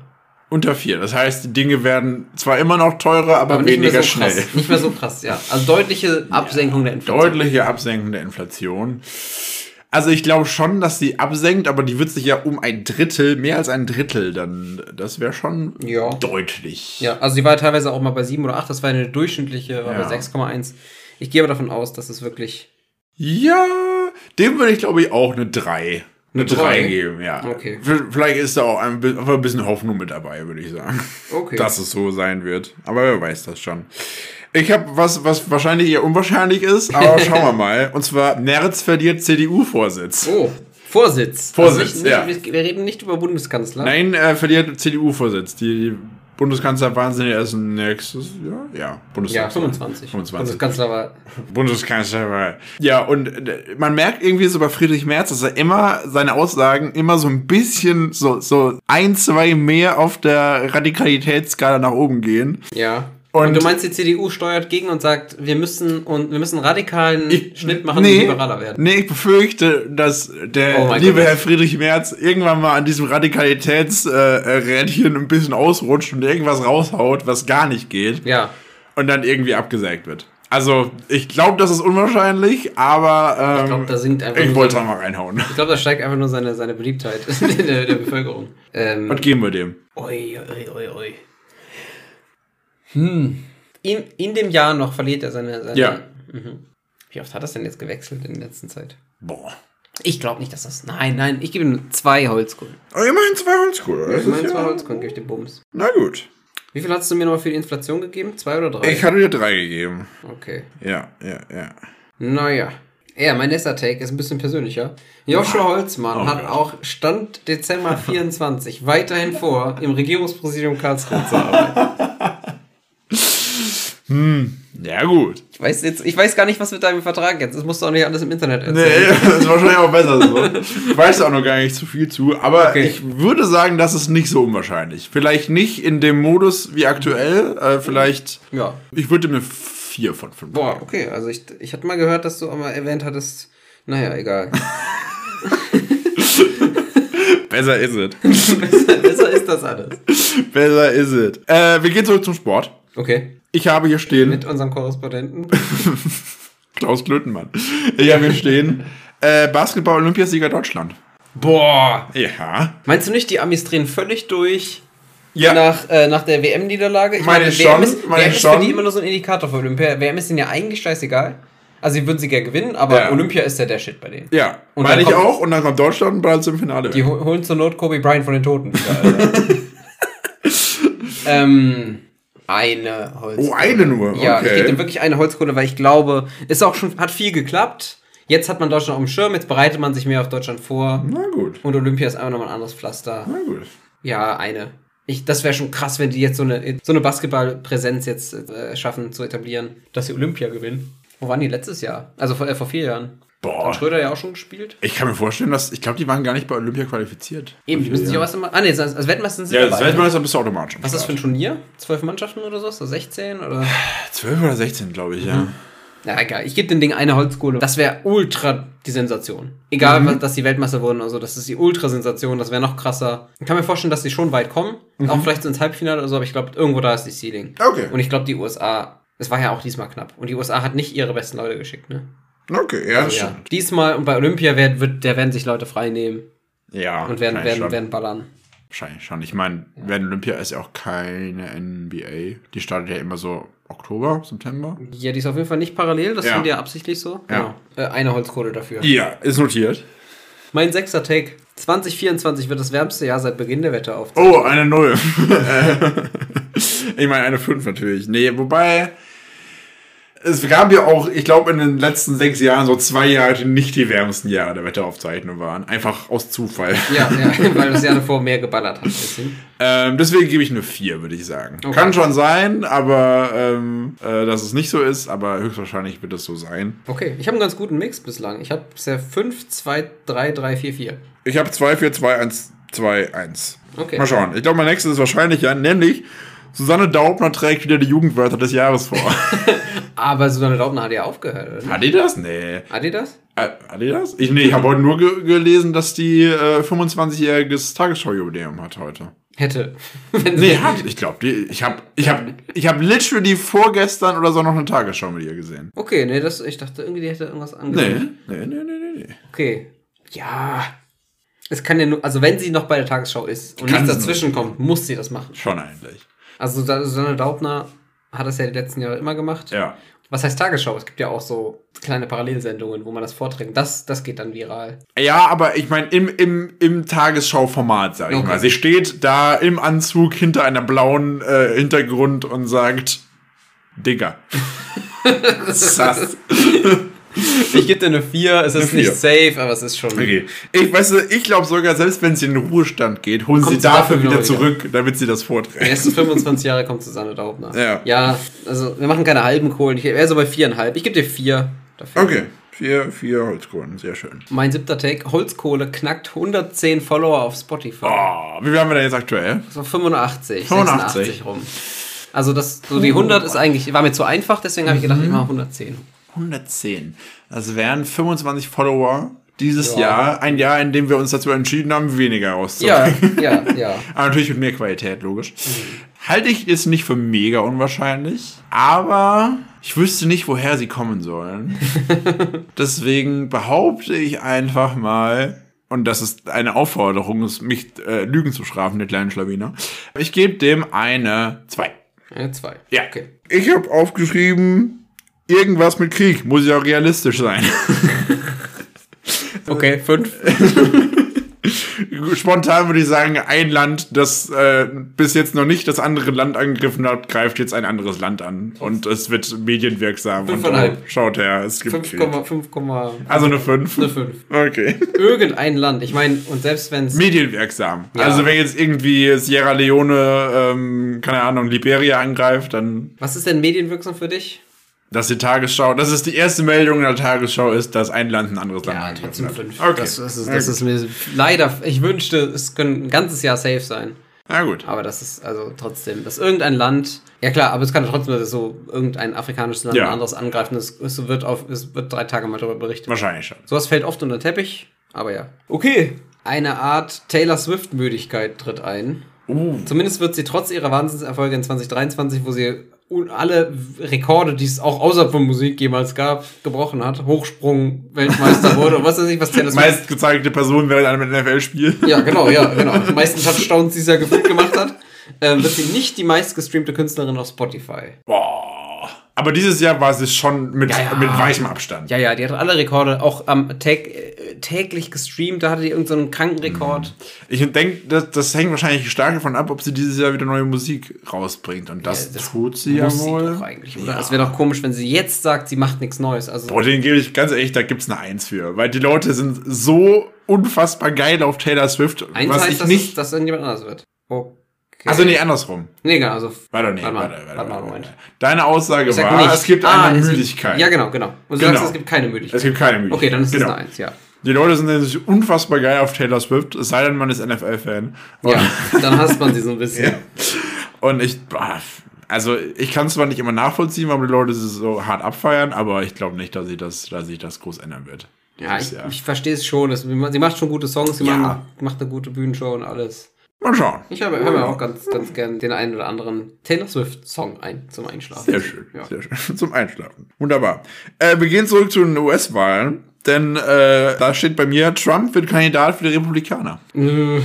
S3: Unter vier. Das heißt, die Dinge werden zwar immer noch teurer, aber,
S1: Aber nicht
S3: weniger
S1: mehr so
S3: schnell.
S1: krass. Nicht mehr so krass, ja. Also deutliche Absenkung der Inflation.
S3: Deutliche Absenkung der Inflation. Also ich glaube schon, dass sie absenkt, aber die wird sich ja um ein Drittel, mehr als ein Drittel, dann das wäre schon
S1: Ja.
S3: deutlich.
S1: Ja, also sie war teilweise auch mal bei 7 oder 8. Das war eine durchschnittliche, war
S3: Ja.
S1: bei 6,1. Ich gehe aber davon aus, dass es wirklich...
S3: Ja, dem würde ich glaube ich auch eine 3. Eine
S1: Drei?
S3: 3 geben, ja.
S1: Okay.
S3: V- Vielleicht ist da auch ein, bi- einfach ein bisschen Hoffnung mit dabei, würde ich sagen.
S1: Okay.
S3: Dass es so sein wird. Aber wer weiß das schon. Ich habe was, was wahrscheinlich eher unwahrscheinlich ist, aber schauen wir mal. Und zwar, Merz verliert CDU-Vorsitz.
S1: Oh, Vorsitz. Also
S3: Vorsitz,
S1: nicht,
S3: ja.
S1: nicht, Wir reden nicht über Bundeskanzler.
S3: Nein, äh, verliert CDU-Vorsitz. Die Bundeskanzlerwahlen sind ja erst nächstes Jahr. Ja,
S1: Ja,
S3: Bundeskanzler.
S1: 25.
S3: 25.
S1: Bundeskanzler war...
S3: Bundeskanzlerwahl. Ja, und äh, man merkt irgendwie so bei Friedrich Merz, dass er immer seine Aussagen immer so ein bisschen so, so ein, zwei mehr auf der Radikalitätsskala nach oben gehen.
S1: Ja. Und,
S3: Und-
S1: du meinst, die CDU steuert gegen und sagt, wir müssen und wir müssen radikalen Schnitt machen und liberaler werden.
S3: Nee, ich befürchte, dass der
S1: Oh mein
S3: liebe
S1: Gott.
S3: Herr Friedrich Merz irgendwann mal an diesem Radikalitätsrädchen äh, Rädchen ein bisschen ausrutscht und irgendwas raushaut, was gar nicht geht.
S1: Ja.
S3: und dann irgendwie abgesägt wird. Also, ich glaube, das ist unwahrscheinlich, aber ähm, ich,
S1: glaub, da sinkt einfach nur
S3: wollte
S1: so-
S3: da mal reinhauen.
S1: Ich glaube, da steigt einfach nur seine, seine Beliebtheit in der, der Bevölkerung. Ähm,
S3: Was geben wir dem?
S1: oi, oi, oi, oi. Hm. In, in dem Jahr noch verliert er seine. seine
S3: Hm. Ja.
S1: Mhm. Wie oft hat das denn jetzt gewechselt in der letzten Zeit?
S3: Boah.
S1: Ich glaube nicht, dass das. Nein, nein, ich gebe ihm zwei Holzkohlen.
S3: Aber Oh, immerhin zwei Holzkohle. das
S1: Ich meine,
S3: ist
S1: zwei
S3: ja-
S1: Holzkohlen gebe ich dem Bums.
S3: Na gut.
S1: Wie viel hast du mir nochmal für die Inflation gegeben? Zwei oder drei?
S3: Ich hatte dir drei gegeben.
S1: okay.
S3: Ja, ja, ja.
S1: Naja. Ja, mein nächster Take ist ein bisschen persönlicher. Joshua Holzmann hat auch Stand Dezember 24 weiterhin vor, im Regierungspräsidium Karlsruhe zu arbeiten.
S3: Ja, gut.
S1: Ich weiß, jetzt, ich weiß gar nicht, was mit deinem Vertrag jetzt ist. Das musst du auch nicht alles im Internet erzählen.
S3: Nee, das ist wahrscheinlich auch besser so. Ich weiß auch noch gar nicht zu viel zu, aber
S1: Okay.
S3: ich würde sagen, das ist nicht so unwahrscheinlich. Vielleicht nicht in dem Modus wie aktuell, äh, vielleicht.
S1: Ja.
S3: Ich würde mir vier von fünf.
S1: Boah, okay. Also ich, ich hatte mal gehört, dass du auch mal erwähnt hattest. Naja, egal.
S3: Besser ist es.
S1: Besser ist das alles.
S3: Besser ist es. Äh, wir gehen zurück zum Sport.
S1: Okay.
S3: Ich habe hier
S1: Mit
S3: stehen,
S1: unserem Korrespondenten.
S3: Klaus Klötenmann. Ich habe hier stehen, äh, Basketball-Olympiasieger Deutschland.
S1: Boah.
S3: Ja.
S1: Meinst du nicht, die Amis drehen völlig durch?
S3: Ja.
S1: nach, äh, nach der WM-Niederlage. Ich
S3: Meine
S1: meine,
S3: schon,
S1: WM ist,
S3: meine
S1: WM ist für
S3: schon.
S1: die immer nur so ein Indikator für Olympia. WM ist ihnen ja eigentlich scheißegal. Also sie würden sie gerne gewinnen, aber
S3: Ja.
S1: Olympia ist ja der Shit bei denen.
S3: Ja.
S1: Und
S3: Und
S1: dann
S3: Meine ich
S1: kommt-
S3: auch. Und dann kommt Deutschland und bleibt im Finale.
S1: Die hol- holen zur Not Kobe Bryant von den Toten wieder. Alter. ähm, eine Holzkohle.
S3: Oh, eine nur.
S1: Ja, ich gebe
S3: okay.
S1: dem wirklich eine Holzkohle, weil ich glaube, ist auch schon, hat viel geklappt. Jetzt hat man Deutschland auf dem Schirm, jetzt bereitet man sich mehr auf Deutschland vor.
S3: Na gut.
S1: Und Olympia ist einfach nochmal ein anderes Pflaster.
S3: Na gut.
S1: Ja, eine. Ich, das wäre schon krass, wenn die jetzt so eine, so eine Basketballpräsenz jetzt äh, schaffen zu etablieren, dass sie Olympia gewinnen. Wo waren die letztes Jahr? Also vor, äh, vor vier Jahren. Hat
S3: Boah.
S1: Schröder ja auch schon gespielt.
S3: Ich kann mir vorstellen, dass ich glaube, die waren gar nicht bei Olympia qualifiziert.
S1: Eben, die müssen sich auch erst mal. Ah, nee, als, als Weltmeister sind sie
S3: Ja, das
S1: dabei.
S3: weiß man, das bist du automatisch.
S1: Was ist das für ein Turnier? Zwölf Mannschaften oder so? Ist das 16? Oder?
S3: 12 oder 16, glaube ich,
S1: Mhm.
S3: ja.
S1: Na egal, ich gebe dem Ding eine Holzkohle. Das wäre ultra die Sensation. Egal,
S3: Mhm.
S1: was, dass die Weltmeister wurden oder so, das ist die Ultra-Sensation, das wäre noch krasser. Ich kann mir vorstellen, dass sie schon weit kommen. Auch vielleicht so ins Halbfinale oder so, aber ich glaube, irgendwo da ist die Ceiling.
S3: Mhm. Okay.
S1: Und ich glaube, die USA, es war ja auch diesmal knapp. Und die USA hat nicht ihre besten Leute geschickt, ne?
S3: Okay, ja,
S1: Ja.
S3: schon.
S1: Diesmal und bei Olympia wird, wird, der werden sich Leute freinehmen
S3: Ja,
S1: und werden,
S3: wahrscheinlich
S1: werden,
S3: schon.
S1: werden ballern.
S3: Wahrscheinlich schon. Ich meine, während Olympia ist ja auch keine NBA. Die startet ja immer so Oktober, September.
S1: Ja, die ist auf jeden Fall nicht parallel, das
S3: Ja.
S1: sind ja absichtlich so.
S3: Ja.
S1: Genau. Äh, eine Holzkohle dafür.
S3: Ja, ist notiert.
S1: Mein sechster Take. 2024 wird das wärmste Jahr seit Beginn der Wetteraufzeichnung.
S3: Oh, eine Null. ich meine, eine Fünf natürlich. Nee, wobei. Es gab ja auch, ich glaube, in den letzten sechs Jahren so zwei Jahre, die nicht die wärmsten Jahre der Wetteraufzeichnung waren. Einfach aus Zufall.
S1: Ja, ja, weil das Jahr davor mehr geballert hat. ein bisschen.
S3: Ähm, deswegen gebe ich eine 4, würde ich sagen.
S1: Okay.
S3: Kann schon sein, aber ähm, äh, dass es nicht so ist, aber höchstwahrscheinlich wird es so sein.
S1: Okay, ich habe einen ganz guten Mix bislang. Ich habe bisher 5, 2, 3, 3, 4, 4.
S3: Ich habe 2, 4, 2, 1, 2, 1.
S1: Okay.
S3: Mal schauen. Ich glaube, mein nächstes ist wahrscheinlich ja, nämlich Susanne Daubner trägt wieder die Jugendwörter des Jahres vor.
S1: Aber Susanne Laubner hat ja aufgehört, oder?
S3: Hat die das? Nee.
S1: Hat die das?
S3: Äh, Hat die das? Ich, nee, ich habe heute nur ge gelesen, dass die äh, 25-jähriges Tagesschau-Jubiläum hat heute.
S1: Hätte. Wenn sie-
S3: Nee, hat. Ich glaube, ich habe ich hab, ich hab literally vorgestern oder so noch eine Tagesschau mit ihr gesehen.
S1: Okay, nee, das, ich dachte irgendwie, die hätte irgendwas
S3: Nee,
S1: angesehen.
S3: nee, nee, nee, nee. nee.
S1: Okay. Ja. Es kann ja nur, also wenn sie noch bei der Tagesschau ist und
S3: Kann
S1: nichts
S3: sie
S1: dazwischen kommt, muss sie das machen.
S3: Schon eigentlich.
S1: Also Susanne- Susanne Daubner hat das ja die letzten Jahre immer gemacht.
S3: Ja.
S1: Was heißt Tagesschau? Es gibt ja auch so kleine Parallelsendungen, wo man das vorträgt. Das, das geht dann viral.
S3: Ja, aber ich meine, im, im, im Tagesschau-Format, sag ich
S1: Okay.
S3: mal. Sie steht da im Anzug hinter einer blauen äh, Hintergrund und sagt, Digga. Sass.
S1: Ich gebe dir eine 4, es ist
S3: Eine
S1: nicht safe, aber es ist schon.
S3: Okay. Ich weiß, du, ich glaube sogar, selbst wenn sie in den Ruhestand geht, holen
S1: Kommt
S3: sie
S1: sie dafür
S3: dafür wieder
S1: wieder.
S3: zurück, damit sie das
S1: Die
S3: vorträgt.
S1: ersten 25 Jahre kommt Susanne Daubner.
S3: Ja.
S1: Ja, also wir machen keine halben Kohlen. Ich wäre so bei viereinhalb. Ich gebe dir vier dafür.
S3: Okay. Vier, vier Holzkronen, sehr schön.
S1: Mein siebter Take, Holzkohle knackt 110 Follower auf Spotify.
S3: Oh, wie waren wir denn jetzt aktuell?
S1: So 85,
S3: 85.
S1: 86 rum. Also das, so die 100
S3: Oh.
S1: ist eigentlich, war mir zu einfach, deswegen habe ich gedacht, ich
S3: Mhm.
S1: mache 110.
S3: 110. Das wären 25 Follower dieses
S1: Ja.
S3: Jahr. Ein Jahr, in dem wir uns dazu entschieden haben, weniger
S1: Ja,
S3: auszubringen.
S1: ja, ja.
S3: Aber natürlich mit mehr Qualität, logisch. Halte ich es nicht für mega unwahrscheinlich, aber ich wüsste nicht, woher sie kommen sollen. Deswegen behaupte ich einfach mal, und das ist eine Aufforderung, es mich äh, Lügen zu strafen, der kleinen Schlawiner. Ich gebe dem eine zwei.
S1: Eine 2. Okay.
S3: Ich habe aufgeschrieben, irgendwas mit Krieg. Muss ja auch realistisch sein.
S1: Okay, 5.
S3: Spontan würde ich sagen, ein Land, das äh, bis jetzt noch nicht das andere Land angegriffen hat, greift jetzt ein anderes Land an. Und es wird medienwirksam. Und,
S1: Fünfeinhalb.
S3: oh, schaut her, es gibt Krieg.
S1: 5,5.
S3: Also eine 5.
S1: Eine 5.
S3: Okay.
S1: Irgendein Land. Ich meine, und selbst wenn es.
S3: Medienwirksam. Also wenn jetzt irgendwie Sierra Leone, ähm, keine Ahnung, Liberia angreift, dann
S1: Was ist denn medienwirksam für dich?
S3: dass die Tagesschau, dass es die erste Meldung in der Tagesschau ist, dass ein Land ein anderes Land
S1: Ja,
S3: angegriffen
S1: trotzdem
S3: hat.
S1: 5.
S3: Okay.
S1: Das, das, ist, das ist mir leider. Ich wünschte, es könnte ein ganzes Jahr safe sein.
S3: Na gut.
S1: Aber das ist also trotzdem, dass irgendein Land, ja klar, aber es kann trotzdem dass so irgendein afrikanisches Land
S3: Ja.
S1: ein anderes angreifen. Es, es, wird auf, es wird drei Tage mal darüber berichtet.
S3: Wahrscheinlich schon.
S1: Sowas fällt oft unter den Teppich, aber ja. Okay. Eine Art Taylor Swift-Müdigkeit tritt ein.
S3: Uh.
S1: Zumindest wird sie trotz ihrer Wahnsinnserfolge in 2023, wo sie un- alle Rekorde, die es auch außerhalb von Musik jemals gab, gebrochen hat, Hochsprung, Weltmeister wurde und was weiß ich, was Taylor Swift
S3: Meistgezeigte Person während einem NFL-Spiel.
S1: ja, genau, ja, genau. Die meisten Touchdowns, die sie ja gefühlt gemacht hat, ähm, wird sie nicht die meistgestreamte Künstlerin auf Spotify.
S3: Boah. Aber dieses Jahr war es schon mit,
S1: Ja, ja.
S3: mit weichem Abstand.
S1: Ja, ja, die hat alle Rekorde, auch am Tag, äh, täglich gestreamt, da hatte die irgendeinen so einen Krankenrekord.
S3: Ich denke, das, das hängt wahrscheinlich stark davon ab, ob sie dieses Jahr wieder neue Musik rausbringt. Und das,
S1: Ja, das
S3: tut sie ja
S1: Muss sie
S3: wohl.
S1: doch eigentlich, oder? Es wäre doch komisch, wenn sie jetzt sagt, sie macht nichts Neues. Also,
S3: Boah, den gebe ich ganz ehrlich, da gibt's eine Eins für. Weil die Leute sind so unfassbar geil auf Taylor Swift,
S1: eins
S3: was
S1: heißt,
S3: ich
S1: dass, es,
S3: nicht.
S1: dass irgendjemand anders wird. Okay.
S3: Also nee, andersrum.
S1: Nee, genau, also.
S3: Warte, nee,
S1: Warte
S3: warte,
S1: mal,
S3: warte, warte,
S1: warte mal,
S3: warte,
S1: Moment.
S3: Deine Aussage
S1: ich sag
S3: war,
S1: nicht.
S3: es gibt
S1: Ah,
S3: eine
S1: es-
S3: Müdigkeit.
S1: Ja, genau, genau. Und du sagst,
S3: Genau.
S1: es gibt keine
S3: Es
S1: Müdigkeit.
S3: gibt keine Müdigkeit.
S1: Okay, dann ist
S3: genau.
S1: es eine Eins, ja.
S3: Die Leute sind natürlich unfassbar geil auf Taylor Swift, es sei denn, man ist NFL-Fan.
S1: Ja, dann hasst man sie so ein bisschen.
S3: Und ich, boah, also ich kann es zwar nicht immer nachvollziehen, warum die Leute sie so hart abfeiern, aber ich glaube nicht, dass sich das, dass sich das groß ändern wird.
S1: Ja,
S3: Das
S1: ich,
S3: ist ja-
S1: ich verstehe es schon. Es, sie macht schon gute Songs, sie
S3: Ja.
S1: macht, macht eine gute Bühnenshow und alles.
S3: Mal schauen.
S1: Ich höre mir- höre mir auch ganz, ganz gern den einen oder anderen Taylor Swift-Song ein zum Einschlafen.
S3: Sehr schön,
S1: Ja.
S3: sehr schön. Zum Einschlafen. Wunderbar. Äh, wir gehen zurück zu den US-Wahlen, denn äh, da steht bei mir, Trump wird Kandidat für die Republikaner.
S1: Äh,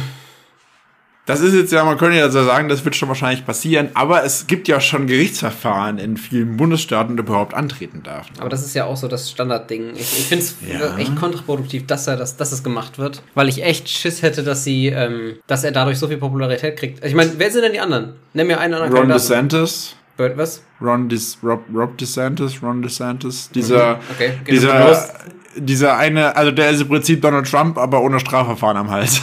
S3: Das ist jetzt ja, man könnte ja so sagen, das wird schon wahrscheinlich passieren, aber es gibt ja schon Gerichtsverfahren in vielen Bundesstaaten, ob er überhaupt antreten darf.
S1: Aber das ist ja auch so das Standardding. Ich, ich finde es
S3: Ja.
S1: echt kontraproduktiv, dass er das, dass es gemacht wird, weil ich echt Schiss hätte, dass sie, ähm, dass er dadurch so viel Popularität kriegt. Ich meine, wer sind denn die anderen? Nenn mir einen anderen
S3: Ron
S1: Kandidaten.
S3: DeSantis,
S1: Bird, was?
S3: Ron Des, Rob, Rob DeSantis, Ron DeSantis, dieser,
S1: Mhm. Okay, geht
S3: dieser,
S1: los.
S3: dieser eine, also der ist im Prinzip Donald Trump, aber ohne Strafverfahren am Hals.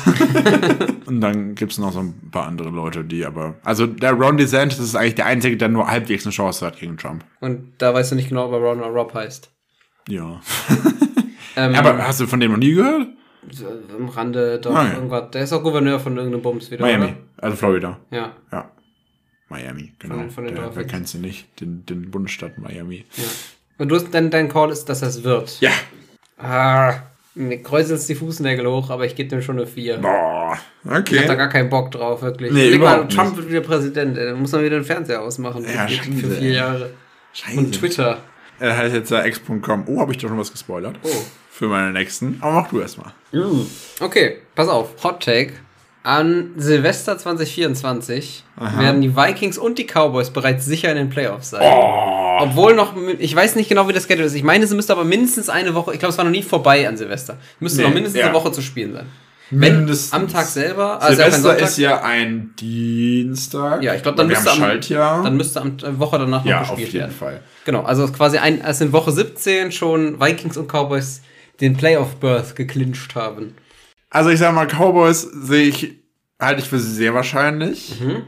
S3: Und dann gibt's noch so ein paar andere Leute, die aber, also der Ron DeSantis ist eigentlich der Einzige, der nur halbwegs eine Chance hat gegen Trump.
S1: Und da weißt du nicht genau, ob er Ron oder Rob heißt.
S3: Ja.
S1: Ähm,
S3: Mhm. Aber hast du von dem noch nie gehört?
S1: so am Rande doch
S3: Nein.
S1: irgendwas. Der ist auch Gouverneur von irgendeinem Bums wieder.
S3: Miami, also Florida.
S1: Oder? Ja.
S3: Ja. Miami, genau.
S1: den- von den
S3: der, wer
S1: Dolphins.
S3: kennt sie nicht? Den, den Bundesstaat Miami.
S1: ja. Und du hast, dein, dein Call ist, dass er es wird.
S3: Ja.
S1: Ah, mir kreuzelst die Fußnägel hoch, aber ich gebe dem schon eine 4.
S3: Boah.
S1: Ich hab da
S3: Okay.
S1: gar keinen Bock drauf, wirklich.
S3: Nee,
S1: Überleg mal,
S3: überhaupt
S1: Trump wird wieder Präsident, ey. Dann muss man wieder den Fernseher ausmachen.
S3: Ja,
S1: für, vier-
S3: stimmt,
S1: für
S3: ey.
S1: vier Jahre.
S3: Scheiße.
S1: Und Twitter.
S3: Er heißt jetzt äh, x.com. Oh, habe ich doch schon was gespoilert.
S1: Oh.
S3: Für meine nächsten. Aber mach du erstmal. Uh.
S1: Okay, pass auf. Hot Take. An Silvester 2024 werden die Vikings und die Cowboys bereits sicher in den Playoffs sein.
S3: Oh.
S1: Obwohl noch, ich weiß nicht genau, wie das Schedule ist. Ich meine, sie müsste aber mindestens eine Woche, ich glaube, es war noch nie vorbei an Silvester. Müsste
S3: Nee,
S1: noch mindestens
S3: ja.
S1: eine Woche zu spielen sein. Wenn
S3: Mindestens.
S1: am Tag selber, also ja, kein
S3: Silvester
S1: Sonntag.
S3: ist ja ein Dienstag.
S1: Ja, ich glaube, dann,
S3: Wir
S1: müsste
S3: haben
S1: am-
S3: Schaltjahr.
S1: dann müsste am äh, Woche danach noch
S3: ja, auf
S1: gespielt
S3: jeden
S1: werden.
S3: Fall.
S1: Genau, also quasi ein, als in Woche 17 schon Vikings und Cowboys den Playoff-Berth geklincht haben.
S3: Also ich sag mal, Cowboys sehe ich, halte ich für sehr wahrscheinlich.
S1: Mhm.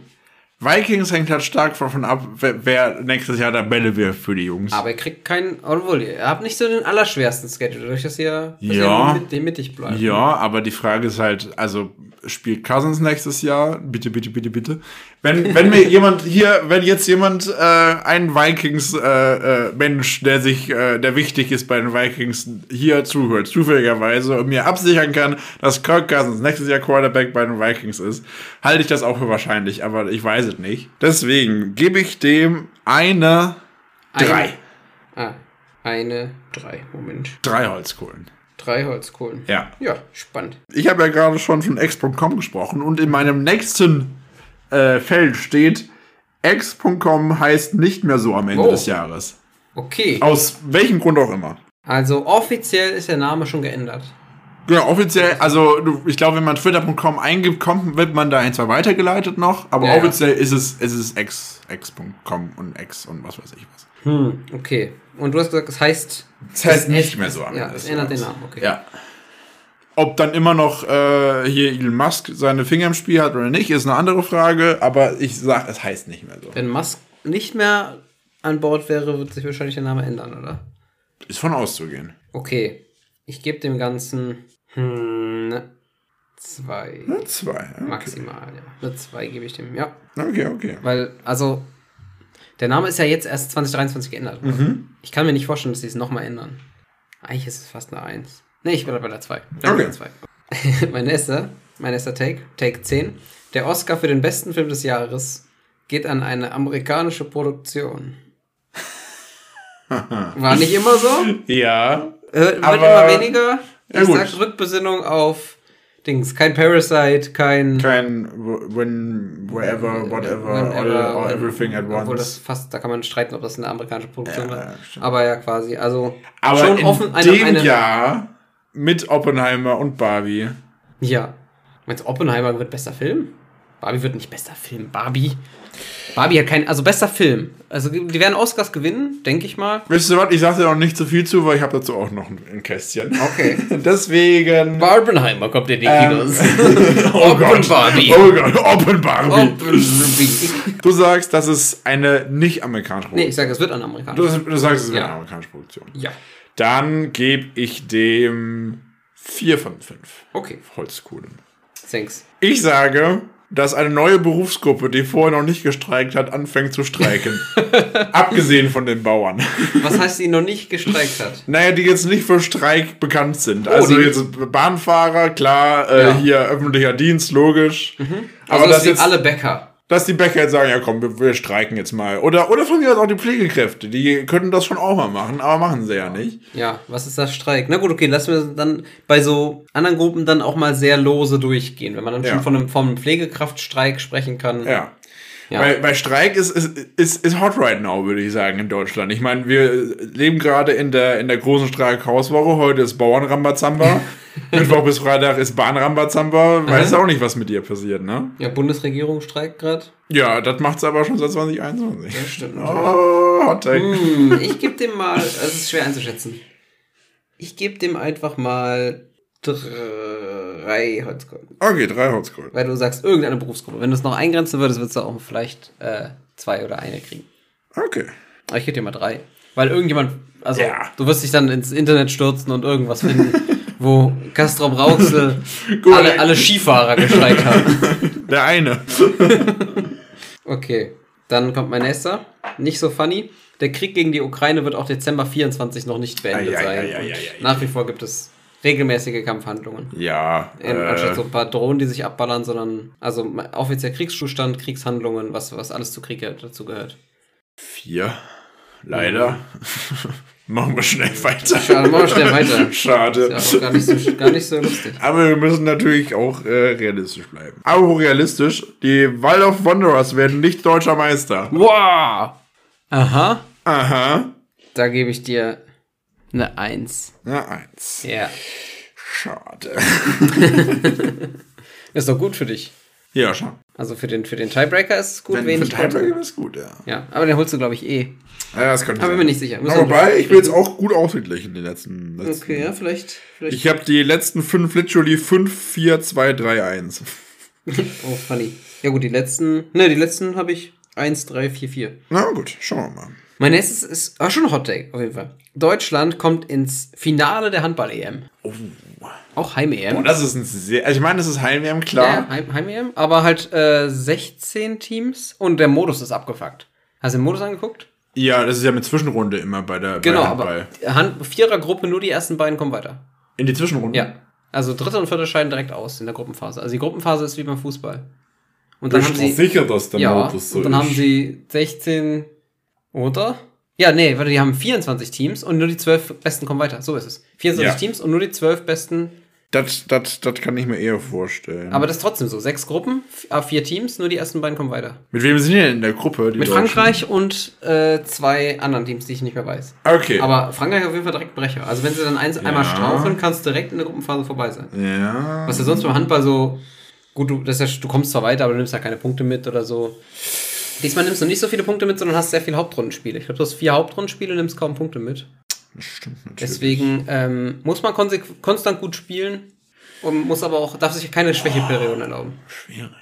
S3: Vikings hängt halt stark davon ab, wer, wer nächstes Jahr Tabelle wirft für die Jungs.
S1: Aber ihr kriegt keinen, obwohl ihr habt nicht so den allerschwersten Schedule, dadurch, dass ihr, dass
S3: Ja.
S1: ihr mit, dem mittig bleibt.
S3: Ja, aber die Frage ist halt, also spielt Cousins nächstes Jahr? Bitte, bitte, bitte, bitte. Wenn, wenn mir jemand hier, wenn jetzt jemand äh, ein Vikings äh, äh, Mensch, der sich, äh, der wichtig ist bei den Vikings, hier zuhört, zufälligerweise und mir absichern kann, dass Kirk Cousins nächstes Jahr Quarterback bei den Vikings ist, halte ich das auch für wahrscheinlich, aber ich weiß es nicht. Deswegen gebe ich dem eine
S1: Eine-
S3: drei.
S1: Ah, eine, drei, Moment.
S3: Drei Holzkohlen.
S1: Drei Holzkohlen.
S3: Ja.
S1: Ja, spannend.
S3: Ich habe ja gerade schon von X.com gesprochen und in meinem nächsten äh, Feld steht, X.com heißt nicht mehr so am Ende
S1: Oh.
S3: des Jahres.
S1: Okay,
S3: Aus welchem Grund auch immer.
S1: also offiziell ist der Name schon geändert.
S3: Genau, offiziell, also du- ich glaube, wenn man Twitter.com eingibt, kommt, wird man da ein, zwei weitergeleitet noch, aber
S1: Ja, ja.
S3: offiziell ist es, ist es X, X.com und X und was weiß ich was.
S1: Hm, okay. Und du hast gesagt, es heißt,
S3: Das heißt nicht mehr so am
S1: ja,
S3: Ende
S1: es
S3: des
S1: ändert den
S3: Jahres.
S1: Namen, okay.
S3: Ja. Ob dann immer noch äh, hier Elon Musk seine Finger im Spiel hat oder nicht, ist eine andere Frage, aber ich sag, es heißt nicht mehr so.
S1: Wenn Musk nicht mehr an Bord wäre, wird sich wahrscheinlich der Name ändern, oder?
S3: Ist von auszugehen.
S1: Okay, ich gebe dem Ganzen hm, zwei
S3: Ne, Zwei. Okay,
S1: maximal. Ja. Eine zwei gebe ich dem, ja.
S3: okay. okay.
S1: Weil, also, der Name ist ja jetzt erst 2023 geändert worden. Ich kann mir nicht vorstellen, dass sie es nochmal ändern. Eigentlich ist es fast eine eins. Nee, ich bin bei der zwei. Ich bin bei der zwei. mein nächster, mein nächster Take, Take 10. Der Oscar für den besten Film des Jahres geht an eine amerikanische Produktion. War nicht immer so?
S3: Ja.
S1: Hört wird
S3: Aber-
S1: immer weniger. Ich
S3: Ja, gut.
S1: sag Rückbesinnung auf Dings. Kein Parasite, kein.
S3: Kein w- when, wherever, whatever, all,
S1: Äh, whenever, äh,
S3: all everything at
S1: Obwohl das
S3: once.
S1: fast, da kann man streiten, ob das eine amerikanische Produktion
S3: Ja,
S1: war.
S3: stimmt.
S1: Aber ja, quasi. Also
S3: Aber
S1: schon
S3: in
S1: offen eine.
S3: dem
S1: eine
S3: Jahr mit Oppenheimer und Barbie.
S1: Ja. Meinst du, Oppenheimer wird bester Film? Barbie wird nicht bester Film. Barbie. Barbie hat kein. Also bester Film. Also die werden Oscars gewinnen, denke ich mal.
S3: Wisst ihr was? Ich sage da noch nicht zu viel zu, weil ich habe dazu auch noch ein, ein Kästchen.
S1: Okay.
S3: Deswegen.
S1: Barbenheimer kommt in die
S3: Ähm,
S1: Kinos.
S3: Oh Gott.
S1: Barbie.
S3: Oh Gott, Open Barbie.
S1: Oppen-
S3: Du sagst, das ist eine nicht amerikanische
S1: nee,
S3: Produktion.
S1: ich sage, es wird ein
S3: Du,
S1: amerikanischer.
S3: du sagst, es ist eine
S1: Ja.
S3: amerikanische Produktion.
S1: Ja.
S3: Dann gebe ich dem 4 von 5
S1: Okay.
S3: Holzkugeln.
S1: Thanks.
S3: Ich sage, dass eine neue Berufsgruppe, die vorher noch nicht gestreikt hat, anfängt zu streiken. Abgesehen von den Bauern.
S1: Was heißt, die noch nicht gestreikt hat?
S3: Naja, die jetzt nicht für Streik bekannt sind. also
S1: Oh, die-
S3: jetzt Bahnfahrer, klar, äh,
S1: Ja.
S3: hier öffentlicher Dienst, logisch. Aber
S1: Also,
S3: das
S1: es sind
S3: jetzt
S1: alle Bäcker.
S3: dass die Bäcker jetzt sagen, ja komm, wir, wir streiken jetzt mal. Oder, oder von mir aus auch die Pflegekräfte, die könnten das schon auch mal machen, aber machen sie ja nicht.
S1: Ja, was ist das Streik? Na gut, okay, lassen wir dann bei so anderen Gruppen dann auch mal sehr lose durchgehen, wenn man dann
S3: Ja.
S1: schon von einem, vom Pflegekraftstreik sprechen kann.
S3: Ja.
S1: Ja.
S3: Weil, weil Streik ist, ist, ist, ist hot right now, würde ich sagen, in Deutschland. Ich meine, wir leben gerade in der, in der großen Streikhauswoche. Heute ist Bauernrambazamba. Mittwoch bis Freitag ist Bahnrambazamba. Weiß auch nicht, was mit dir passiert, ne?
S1: Ja, Bundesregierung streikt gerade.
S3: Ja, das macht's aber schon seit 2021. Ja, stimmt. Oh, hot take.
S1: Hm, ich gebe dem mal, es ist schwer einzuschätzen. Ich gebe dem einfach mal drei Holzkolben.
S3: Okay, drei Hotscroll.
S1: Weil du sagst, irgendeine Berufsgruppe. Wenn du es noch eingrenzen würdest, würdest du auch vielleicht äh, zwei oder eine kriegen.
S3: Okay.
S1: Aber Ah, ich gebe dir mal drei. Weil irgendjemand, also
S3: Ja.
S1: du wirst dich dann ins Internet stürzen und irgendwas finden, wo Castro Brauxel
S3: Gut.
S1: alle, alle Skifahrer gestreikt haben.
S3: Der eine.
S1: Okay, dann kommt mein nächster. Nicht so funny. Der Krieg gegen die Ukraine wird auch Dezember 24 noch nicht beendet
S3: Ei, ei,
S1: sein.
S3: ei, ei,
S1: Und
S3: ei, ei.
S1: Nach wie vor gibt es regelmäßige Kampfhandlungen.
S3: Ja.
S1: Ähm, Anstatt so
S3: Äh,
S1: ein paar Drohnen, die sich abballern, sondern also offiziell Kriegszustand, Kriegshandlungen, was, was alles zu Krieg dazu gehört.
S3: vier. Leider. Machen wir schnell weiter.
S1: Schade, Also, machen wir schnell weiter.
S3: Schade.
S1: Ja, auch gar nicht so, gar nicht so lustig.
S3: Aber wir müssen natürlich auch äh, realistisch bleiben. Aber realistisch, die Wild of Wanderers werden nicht deutscher Meister.
S1: Wow! Aha.
S3: Aha.
S1: Da gebe ich dir eine Eins.
S3: Na, eins.
S1: Ja.
S3: Schade.
S1: Ist doch gut für dich.
S3: Ja, schon.
S1: Also für den, für den Tiebreaker ist es gut,
S3: Wenn
S1: wenig.
S3: für Tiebreaker ist gut, ja.
S1: Ja, aber den holst du, glaube ich, eh.
S3: ja das könnte
S1: Aber bin
S3: sein.
S1: mir nicht sicher. Müssen wir-
S3: Aber wobei, ich bin jetzt auch gut ausgeglichen in den letzten. letzten
S1: Okay, ja, vielleicht. vielleicht.
S3: Ich habe die letzten fünf literally 5, 4, 2, 3, 1.
S1: Oh, funny. Ja gut, die letzten. Ne, die letzten habe ich 1, 3, 4, 4.
S3: Na gut, schauen wir mal.
S1: Mein nächstes ist ah, schon ein Hot Take, auf jeden Fall. Deutschland kommt ins Finale der Handball-EM. Oh. Auch Heim-EM.
S3: das ist ein sehr. Also ich meine, das ist Heimwärm,
S1: Ja, Heim- Heim-EM, aber halt äh, 16 Teams und der Modus ist abgefuckt. Hast du den Modus angeguckt?
S3: Ja, das ist ja mit Zwischenrunde immer bei der
S1: Genau,
S3: bei
S1: aber
S3: Handball.
S1: Hand Vierergruppe, nur die ersten beiden kommen weiter.
S3: In die Zwischenrunde?
S1: Ja. Also dritte und vierte scheiden direkt aus in der Gruppenphase. Also die Gruppenphase ist wie beim Fußball. Und dann haben sie,
S3: sicher, dass der
S1: ja, und dann haben sie 16, oder? Ja, nee, warte, die haben 24 Teams und nur die 12 Besten kommen weiter. So ist es. 24
S3: Ja. Mhm.
S1: Teams und nur die 12 Besten.
S3: Das, das, das kann ich mir eher vorstellen.
S1: Aber das ist trotzdem so. Sechs Gruppen, f- ah, vier Teams, nur die ersten beiden kommen weiter.
S3: mit wem sind die denn in der Gruppe? Die
S1: Mit
S3: Deutschen?
S1: Frankreich und äh, zwei anderen Teams, die ich nicht mehr weiß.
S3: Okay.
S1: Aber Frankreich auf jeden Fall direkt Brecher. Also wenn sie dann eins, einmal straucheln, kannst du direkt in der Gruppenphase vorbei sein.
S3: ja.
S1: Was ja sonst beim Handball so, gut, du, das ist ja, du kommst zwar weiter, aber du nimmst ja keine Punkte mit oder so. Diesmal nimmst du nicht so viele Punkte mit, sondern hast sehr viele Hauptrundenspiele. Ich glaube, du hast vier Hauptrundenspiele und nimmst kaum Punkte mit.
S3: Das stimmt natürlich.
S1: Deswegen ähm, muss man konse- konstant gut spielen und muss aber auch, darf sich keine Schwächeperioden erlauben.
S3: Schwierig.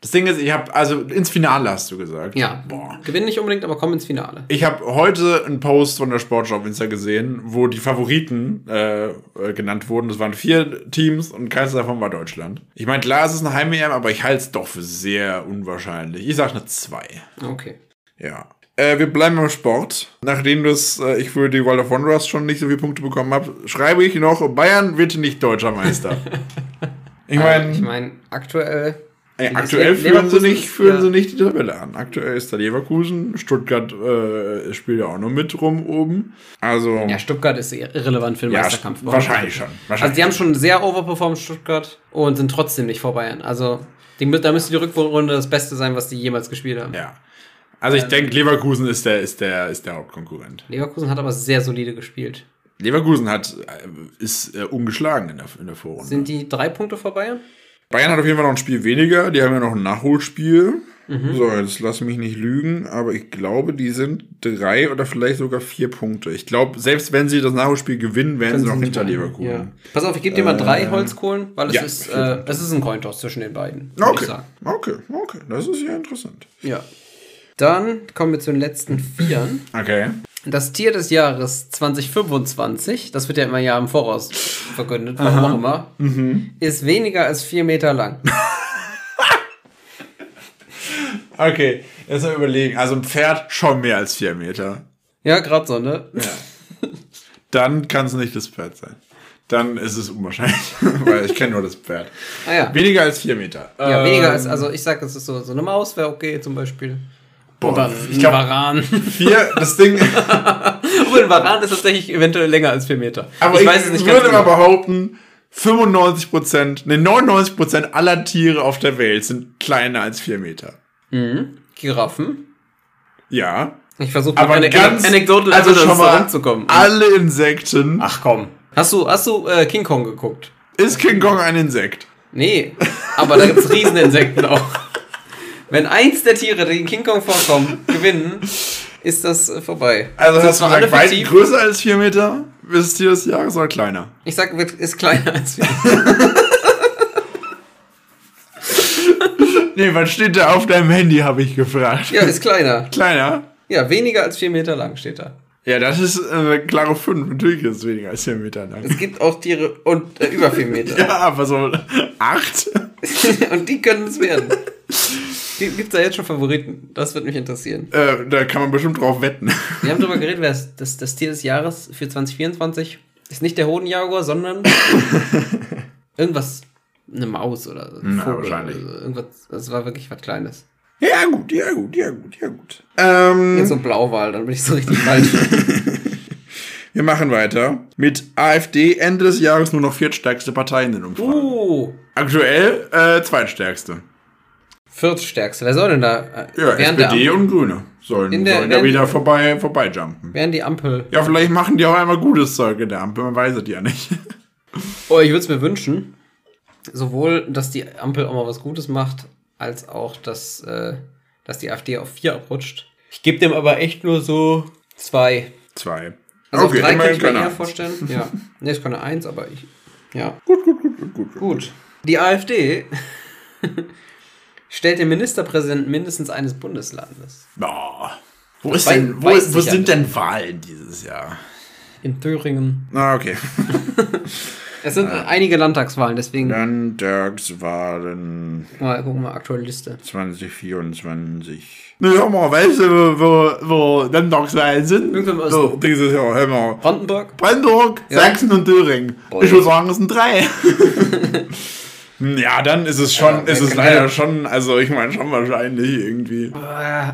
S3: Das Ding ist, ich habe, also ins Finale hast du gesagt.
S1: Ja,
S3: Boah.
S1: gewinn nicht unbedingt, aber komm ins Finale.
S3: Ich habe heute einen Post von der Sportschau auf Insta gesehen, wo die Favoriten äh, äh, genannt wurden. Das waren vier Teams und keins davon war Deutschland. Ich meine, klar, es ist eine Heim-EM, aber ich halte es doch für sehr unwahrscheinlich. Ich sage eine 2.
S1: Okay.
S3: Ja. Äh, wir bleiben beim Sport. Nachdem das, äh, ich für die World of Wanderers schon nicht so viele Punkte bekommen habe, schreibe ich noch, Bayern wird nicht deutscher Meister. ich
S1: Ich
S3: meine,
S1: meine, aktuell.
S3: äh,
S1: das
S3: aktuell
S1: Le-
S3: führen, sie
S1: Leverkusen
S3: nicht,
S1: ist-
S3: führen
S1: ja.
S3: sie nicht die Tabelle an. Aktuell ist da Leverkusen, Stuttgart äh, spielt ja auch noch mit rum oben. Also,
S1: Ja,
S3: ja,
S1: Stuttgart ist ir- irrelevant für den Meisterkampf.
S3: st- wahrscheinlich schon.
S1: Also
S3: Wahrscheinlich.
S1: die haben schon sehr overperformed Stuttgart und sind trotzdem nicht vor Bayern. Also die, mü- da müsste die Rückrunde das Beste sein, was die jemals gespielt haben.
S3: ja. Also ich denke, Leverkusen ist der, ist, der, ist der Hauptkonkurrent.
S1: Leverkusen hat aber sehr solide gespielt.
S3: Leverkusen hat, äh, ist äh, ungeschlagen in der, in der Vorrunde.
S1: Sind die drei Punkte vor Bayern?
S3: Bayern hat auf jeden Fall noch ein Spiel weniger. Die haben ja noch ein Nachholspiel.
S1: Mhm.
S3: So, jetzt lass mich nicht lügen, aber ich glaube, die sind drei oder vielleicht sogar vier Punkte. Ich glaube, selbst wenn sie das Nachholspiel gewinnen, werden sie noch
S1: sind
S3: hinter
S1: drei.
S3: Leverkusen. Ähm,
S1: Ja. Pass auf, ich gebe dir mal drei Holzkohlen, weil es
S3: ja.
S1: ist äh, es ist ein Cointoss zwischen den beiden. würd Ich
S3: Okay,
S1: sagen.
S3: okay, okay. Das ist ja interessant.
S1: Ja. Dann kommen wir zu den letzten Vieren.
S3: Okay.
S1: Das Tier des Jahres 2025, das wird ja immer Jahr im Voraus verkündet, warum auch immer,
S3: Mhm.
S1: ist weniger als vier Meter lang.
S3: Okay, jetzt mal überlegen. Also ein Pferd schon mehr als vier Meter.
S1: Ja, gerade so, ne?
S3: Dann kann es nicht das Pferd sein. dann ist es unwahrscheinlich, weil ich kenne nur das Pferd.
S1: Ah ja.
S3: Weniger als vier Meter.
S1: Ja,
S3: Ähm,
S1: weniger als, also ich sag, es ist so, so eine Maus wäre okay zum Beispiel.
S3: Boah,
S1: Oder
S3: ich glaub-
S1: ein Varan.
S3: Vier, das Ding.
S1: Obwohl, ein Varan ist tatsächlich eventuell länger als 4 Meter.
S3: Aber
S1: ich weiß es nicht ganz
S3: würde mal
S1: genau.
S3: behaupten, 95%, ne, 99% aller Tiere auf der Welt sind kleiner als vier Meter.
S1: Giraffen.
S3: Ja.
S1: Ich versuche
S3: Aber
S1: eine
S3: ganz,
S1: Anekdote
S3: also schon mal
S1: ranzukommen.
S3: alle Insekten.
S1: Ach komm. Hast du, hast du äh, King Kong geguckt?
S3: Ist King Kong ein Insekt?
S1: Nee, aber da gibt's Rieseninsekten auch. Wenn eins der Tiere, die in King Kong vorkommen, gewinnen, ist das äh, vorbei.
S3: Also
S1: Sind
S3: hast du
S1: zwar
S3: gesagt,
S1: alle
S3: weit
S1: fiktiv.
S3: größer als vier Meter? Ist das Tier des Jahres oder kleiner?
S1: Ich sag, wird- ist kleiner als wir.
S3: Nee, was steht da auf deinem Handy, habe ich gefragt.
S1: Ja, ist kleiner.
S3: Kleiner?
S1: Ja, weniger als vier Meter lang steht da.
S3: Ja, das ist äh, eine klare 5. Natürlich ist es weniger als 4 Meter lang.
S1: Es gibt auch Tiere und äh, über vier Meter.
S3: Ja, aber so 8?
S1: und die können es werden. Die- Gibt's da jetzt schon Favoriten? Das würde mich interessieren.
S3: Äh, da kann man bestimmt drauf wetten.
S1: Wir haben darüber geredet, wer ist das, das Tier des Jahres für 2024 ist nicht der Hodenjaguar, sondern irgendwas, eine Maus oder so. ein
S3: Na, wahrscheinlich.
S1: Oder so. Irgendwas, das war wirklich was Kleines.
S3: Ja, gut, ja, gut, ja, gut, ja, gut. Ähm,
S1: Jetzt so ein Blauwal, dann bin ich so richtig falsch.
S3: Wir machen weiter mit AfD Ende des Jahres nur noch viertstärkste Partei in den Umfragen.
S1: uh,
S3: Aktuell äh, zweitstärkste.
S1: viertstärkste. Wer soll denn da? äh,
S3: Ja,
S1: während, der
S3: SPD
S1: Ampel,
S3: und Grüne sollen,
S1: In der-
S3: sollen da
S1: während-
S3: wieder vorbei, vorbeijumpen.
S1: während die Ampel.
S3: Ja, vielleicht machen die auch einmal gutes Zeug in der Ampel, man weiß es ja nicht.
S1: Oh, ich würde es mir wünschen, sowohl, dass die Ampel auch mal was Gutes macht, als auch, dass, äh, dass die AfD auf vier abrutscht. Ich gebe dem aber echt nur so zwei.
S3: Zwei.
S1: Also auf drei kann ich mir
S3: keine
S1: eher
S3: Ahnung.
S1: vorstellen. Ja. Nee, es kann eine Eins, aber ich. Ja. Gut, gut, gut, gut, gut. Gut. Die AfD stellt den Ministerpräsidenten mindestens eines Bundeslandes.
S3: Boah. Wo, ist
S1: wei-
S3: denn, wo,
S1: weiß
S3: wo
S1: ich ja
S3: sind
S1: nicht.
S3: denn Wahlen dieses Jahr?
S1: In Thüringen.
S3: Ah, okay.
S1: Es sind
S3: Ah.
S1: einige Landtagswahlen, deswegen
S3: Landtagswahlen
S1: mal gucken wir mal aktuelle Liste.
S3: 2024. Na, hör mal, weißt du, wo, wo Landtagswahlen sind?
S1: Irgendwann mal
S3: so, dieses Jahr, hör mal.
S1: Brandenburg?
S3: Brandenburg,
S1: Ja. Oh,
S3: Sachsen und Thüringen.
S1: Boah,
S3: ich würde sagen, es sind drei. ja, dann ist es schon,
S1: Ja,
S3: ist es
S1: ja,
S3: leider
S1: ja.
S3: schon, also ich meine schon wahrscheinlich irgendwie.
S1: Äh,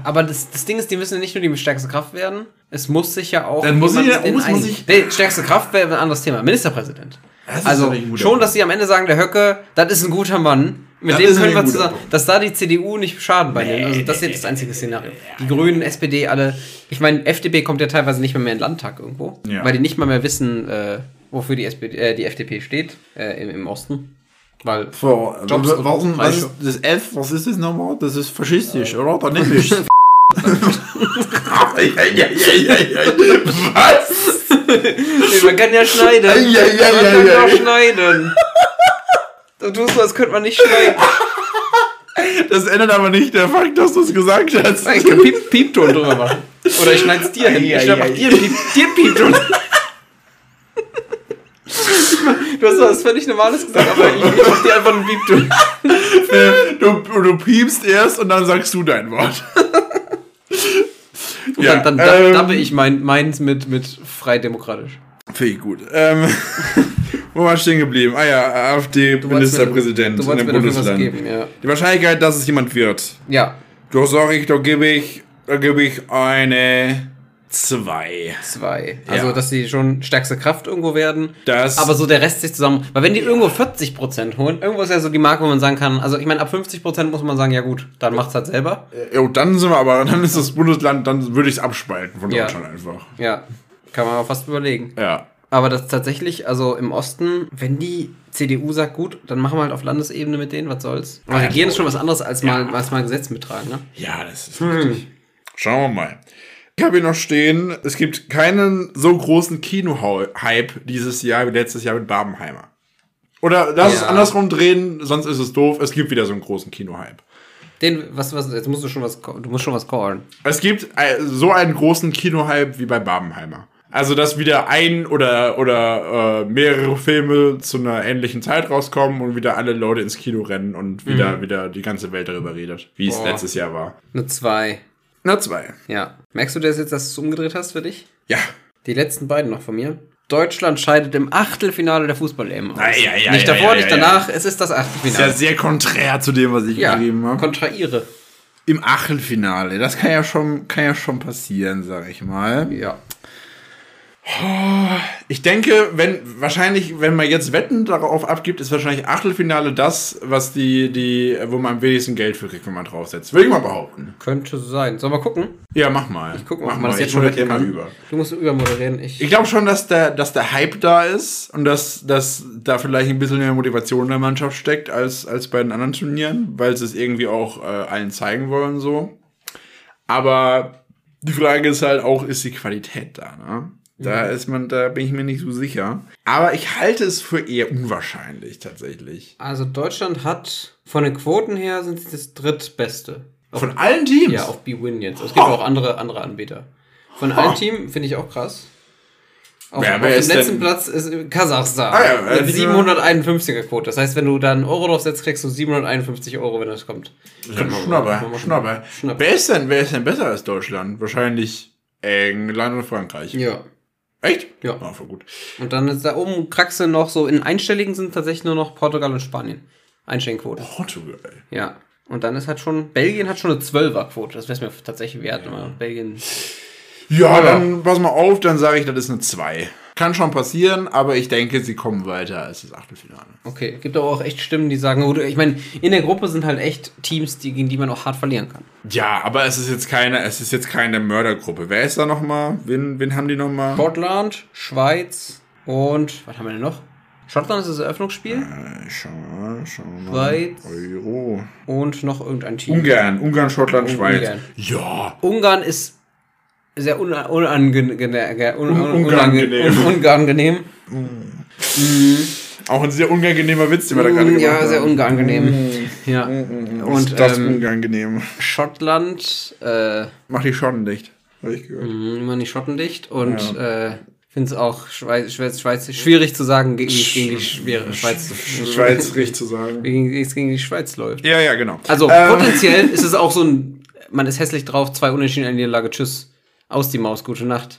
S1: Aber das, das Ding ist, die müssen ja nicht nur die stärkste Kraft werden. Es muss sich ja auch.
S3: Dann muss ich
S1: jemand
S3: ja- oh,
S1: in
S3: es muss
S1: ein-
S3: ich-
S1: nee, stärkste Kraft wäre ein anderes Thema. Ministerpräsident.
S3: Das ist
S1: also
S3: aber ein guter
S1: schon,
S3: Punkt.
S1: dass sie am Ende sagen, der Höcke, das ist ein guter Mann. Mit
S3: Das
S1: dem
S3: ist ein
S1: können wir
S3: guter
S1: zusammen,
S3: Punkt.
S1: dass da die CDU nicht Schaden bei nee, Also das ist jetzt das einzige Szenario. Die Grünen, SPD, alle. Ich meine, FDP kommt ja teilweise nicht mehr, mehr in den Landtag irgendwo,
S3: Ja.
S1: weil die nicht mal mehr wissen, äh, wofür die, SPD, äh, die FDP steht äh, im, im Osten. Weil
S3: So,
S1: Jobs und
S3: warum, was ist
S1: Fleischer.
S3: das F, was ist das nochmal? Das ist faschistisch, oder? Dann nehme ich. Was?
S1: Nee, man kann ja schneiden.
S3: Ei, ei, ei,
S1: man
S3: ei,
S1: kann
S3: ei.
S1: doch schneiden. Du tust so, als könnte man nicht schneiden.
S3: Das ändert aber nicht der Fakt, dass du es gesagt hast.
S1: Ich kann Piep Piepton drüber machen. Oder ich schneid's dir hin. Ich
S3: Ei, ei,
S1: schneid mach
S3: ei.
S1: dir einen Piep dir einen Piepton. Du hast was völlig Normales gesagt, aber ich, ich mach dir einfach einen Piepton.
S3: Äh, Du, du piepst erst und dann sagst du dein Wort.
S1: Ja, ähm, dann dann
S3: ähm,
S1: dab- dabbe ich mein, meins mit, mit frei demokratisch.
S3: Finde ich gut. Ähm, wo war ich stehen geblieben? Ah ja, AfD-Ministerpräsident
S1: Du
S3: in
S1: wolltest
S3: dem
S1: mir dafür was
S3: Bundesland.
S1: geben, ja.
S3: Die Wahrscheinlichkeit, dass es jemand wird.
S1: Ja,
S3: Da sag ich, da gebe ich, da gebe ich eine 2.
S1: zwei. Also,
S3: Ja.
S1: dass sie schon stärkste Kraft irgendwo werden.
S3: Das.
S1: Aber so der Rest sich zusammen. Weil wenn die irgendwo 40% holen, irgendwo ist ja so die Marke, wo man sagen kann, also ich meine, ab 50% muss man sagen, ja gut, dann macht's halt selber.
S3: Äh, jo, dann sind wir aber, dann ist das Bundesland, dann würde ich es abspalten von
S1: Ja.
S3: Deutschland einfach.
S1: Ja. Kann man aber fast überlegen.
S3: Ja.
S1: Aber das tatsächlich, also im Osten, wenn die CDU sagt, gut, dann machen wir halt auf Landesebene mit denen, was soll's. Aber
S3: Also,
S1: regieren ist schon was anderes, als mal, als mal ein Gesetz mittragen, ne?
S3: Ja, das ist richtig. Schauen wir mal. Ich habe hier noch stehen, es gibt keinen so großen Kino-Hype dieses Jahr wie letztes Jahr mit Barbenheimer. Oder lass es
S1: Ja.
S3: andersrum drehen, sonst ist es doof. Es gibt wieder so einen großen Kino-Hype.
S1: Den, was, was, jetzt musst du schon was, du musst schon was callen.
S3: Es gibt äh, so einen großen Kino-Hype wie bei Barbenheimer. Also, dass wieder ein oder, oder äh, mehrere Filme zu einer ähnlichen Zeit rauskommen und wieder alle Leute ins Kino rennen und wieder, wieder die ganze Welt darüber redet, wie es
S1: Mhm. Boah.
S3: letztes Jahr war.
S1: Eine zwei.
S3: Na, zwei.
S1: Ja. Merkst du das jetzt, dass du es umgedreht hast für dich?
S3: Ja,
S1: Die letzten beiden noch von mir. Deutschland scheidet im Achtelfinale der Fußball-EM aus.
S3: Ei, ei, ei,
S1: nicht
S3: ei,
S1: davor,
S3: ei,
S1: nicht
S3: ei,
S1: danach, es ist das
S3: Ist ja
S1: Achtelfinale.
S3: sehr ne? konträr zu dem, was ich
S1: Ja,
S3: geschrieben habe.
S1: kontraiere.
S3: Im Achtelfinale. Das kann ja schon, kann ja schon passieren, sag ich mal.
S1: Ja.
S3: Ich denke, wenn wahrscheinlich, wenn man jetzt Wetten darauf abgibt, ist wahrscheinlich Achtelfinale das, was die, die, wo man am wenigsten Geld für kriegt, wenn man draufsetzt. Würde ich mal behaupten.
S1: Könnte sein. Sollen wir gucken?
S3: Ja, mach mal. Ich
S1: Gucken,
S3: mach
S1: ob man das jetzt
S3: ich
S1: schon
S3: moderiere
S1: wetten
S3: mal
S1: kann.
S3: über.
S1: Du musst übermoderieren. Ich,
S3: Ich glaube schon, dass der, dass der Hype da ist und dass, dass da vielleicht ein bisschen mehr Motivation in der Mannschaft steckt als, als bei den anderen Turnieren, weil sie es irgendwie auch äh, allen zeigen wollen so. Aber die Frage ist halt auch, ist die Qualität da? Ne? Da ist man, da bin ich mir nicht so sicher. Aber ich halte es für eher unwahrscheinlich tatsächlich.
S1: also Deutschland hat, von den Quoten her sind sie das drittbeste. Auf,
S3: Von allen Teams.
S1: ja, auf B-Win jetzt. Es gibt
S3: Ho.
S1: auch andere, andere Anbieter. Von allen Team finde ich auch krass. Auf,
S3: Oh. Wer-
S1: auf
S3: wer
S1: dem
S3: ist
S1: letzten
S3: denn-
S1: Platz ist Kasachstan.
S3: Ah ja,
S1: mit
S3: also-
S1: 751er Quote. Das heißt, wenn du da einen Euro drauf setzt, kriegst du 751 Euro, wenn das kommt. Können wir- können
S3: Schnabber,
S1: wir-
S3: Schnabber.
S1: Schnapper.
S3: Wer ist denn, wer ist denn besser als Deutschland? Wahrscheinlich England und Frankreich.
S1: Ja.
S3: Echt?
S1: Ja.
S3: Ah, voll gut.
S1: Und dann ist da oben Kraxe noch so, in Einstelligen sind tatsächlich nur noch Portugal und Spanien. Einstellenquote.
S3: Portugal.
S1: Ja. Und dann ist halt schon, Belgien hat schon eine Zwölferquote. Das wäre mir tatsächlich wert. mal Belgien.
S3: Ja, dann pass mal auf, dann sage ich, das ist eine 2. Kann schon passieren, aber ich denke, sie kommen weiter als das Achtelfinale.
S1: Okay. Gibt aber auch echt Stimmen, die sagen, oh, du- ich meine, in der Gruppe sind halt echt Teams, die, gegen die man auch hart verlieren kann.
S3: Ja, aber es ist jetzt keine, es ist jetzt keine Mördergruppe. Wer ist da nochmal? Wen, wen haben die nochmal?
S1: Schottland, Schweiz und was haben wir denn noch? Schottland ist das Eröffnungsspiel
S3: Schau, schau mal.
S1: Schweiz.
S3: Euro.
S1: und noch irgendein Team.
S3: Ungarn, Ungarn, Schottland,
S1: Un-
S3: Schweiz.
S1: Ungarn.
S3: Ja.
S1: Ungarn ist sehr un unangenehm. Un
S3: Un-
S1: un
S3: unangenehm.
S1: unangenehm. unangenehm.
S3: Auch ein sehr unangenehmer Witz, den wir da gerade
S1: Mm,
S3: gemacht Mm.
S1: Ja,
S3: haben.
S1: sehr unangenehm. Ja.
S3: Und
S1: Und
S3: ist das
S1: ähm,
S3: unangenehm.
S1: Schottland, äh,
S3: Mach die Schotten dicht. Hab ich gehört.
S1: Hm, immer nicht schottendicht und äh, finde es auch Schweiz, Schweiz, Schweiz schwierig zu sagen, gegen, gegen die schwere Schweiz,
S3: Schweiz richtig zu sagen.
S1: gegen, gegen die Schweiz läuft.
S3: Ja, ja, genau.
S1: Also
S3: Ähm,
S1: potenziell ist es auch so ein, man ist hässlich drauf, zwei Unentschieden eine Niederlage, tschüss. Aus die Maus, gute Nacht.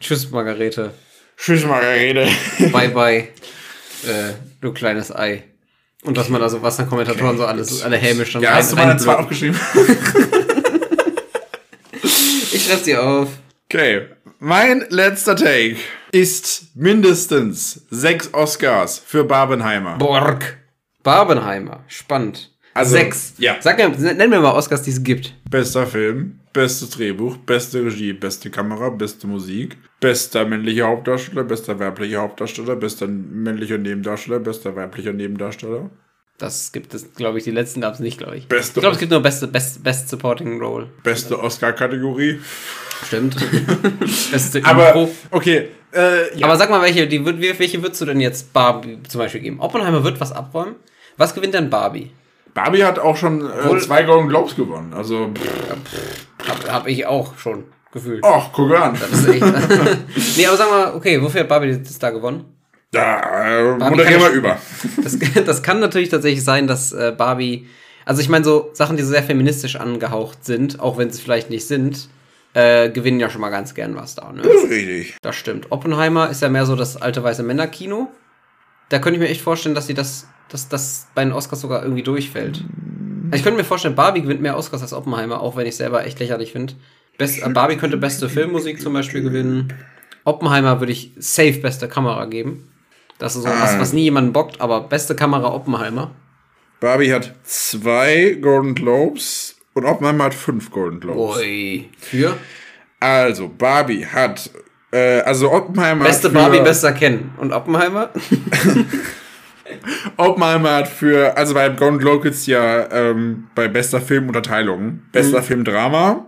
S1: Tschüss, Margarete.
S3: Tschüss, Margarete.
S1: Bye, bye. äh, du kleines Ei. Und dass man da so, was dann Kommentatoren so alles, alle hämisch dann
S3: Ja,
S1: rein-
S3: hast du mal eine 2
S1: reinblocken.
S3: aufgeschrieben?
S1: Ich schreib sie auf.
S3: Okay, mein letzter Take ist mindestens sechs Oscars für Barbenheimer.
S1: Borg. Barbenheimer. Spannend.
S3: Also,
S1: Sechs.
S3: ja.
S1: Sag mir, nenn mir mal Oscars, die es gibt.
S3: Bester Film, bestes Drehbuch, beste Regie, beste Kamera, beste Musik, bester männlicher Hauptdarsteller, bester weiblicher Hauptdarsteller, bester männlicher Nebendarsteller, bester weiblicher Nebendarsteller.
S1: Das gibt es, glaube ich, die letzten gab es nicht, glaube ich.
S3: Beste-
S1: Ich glaube, es gibt nur beste, best, best Supporting Role.
S3: Beste Oscar-Kategorie.
S1: Stimmt. beste
S3: Aber,
S1: Impro.
S3: okay, äh, ja.
S1: Aber sag mal, welche, die, würd- welche würdest du denn jetzt Barbie zum Beispiel geben? Oppenheimer wird was abräumen. Was gewinnt denn Barbie?
S3: Barbie hat auch schon äh,
S1: Wohl-
S3: zwei Golden Globes gewonnen. Also, pff,
S1: Hab, hab ich auch schon gefühlt.
S3: ach, guck an.
S1: Das ist echt. nee, aber sag mal, okay, wofür hat Barbie das da gewonnen?
S3: Da, äh,
S1: Barbie
S3: moderieren
S1: kann
S3: wir
S1: ich-
S3: über.
S1: Das, das kann natürlich tatsächlich sein, dass äh, Barbie, also ich meine, so Sachen, die so sehr feministisch angehaucht sind, auch wenn sie es vielleicht nicht sind, äh, gewinnen ja schon mal ganz gern was da. Ne?
S3: Richtig.
S1: Das stimmt. Oppenheimer ist ja mehr so das alte weiße Männerkino. Da könnte ich mir echt vorstellen, dass sie das, dass das bei den Oscars sogar irgendwie durchfällt. Also ich könnte mir vorstellen, Barbie gewinnt mehr Oscars als Oppenheimer, auch wenn ich selber echt lächerlich finde. Best, äh, Barbie könnte beste Filmmusik zum Beispiel gewinnen. Oppenheimer würde ich safe beste Kamera geben. Das ist so was, was nie jemanden bockt, aber beste Kamera Oppenheimer.
S3: Barbie hat zwei Golden Globes und Oppenheimer hat fünf Golden Globes.
S1: Ui. Für?
S3: Also, Barbie hat. Äh, also, Oppenheimer
S1: Beste
S3: hat.
S1: Barbie, bester Ken. Und Oppenheimer?
S3: Oppenheimer hat für. Also, bei Golden Globe gibt's ja ähm, bei bester Film Unterteilungen:
S1: Mhm.
S3: bester Film Drama,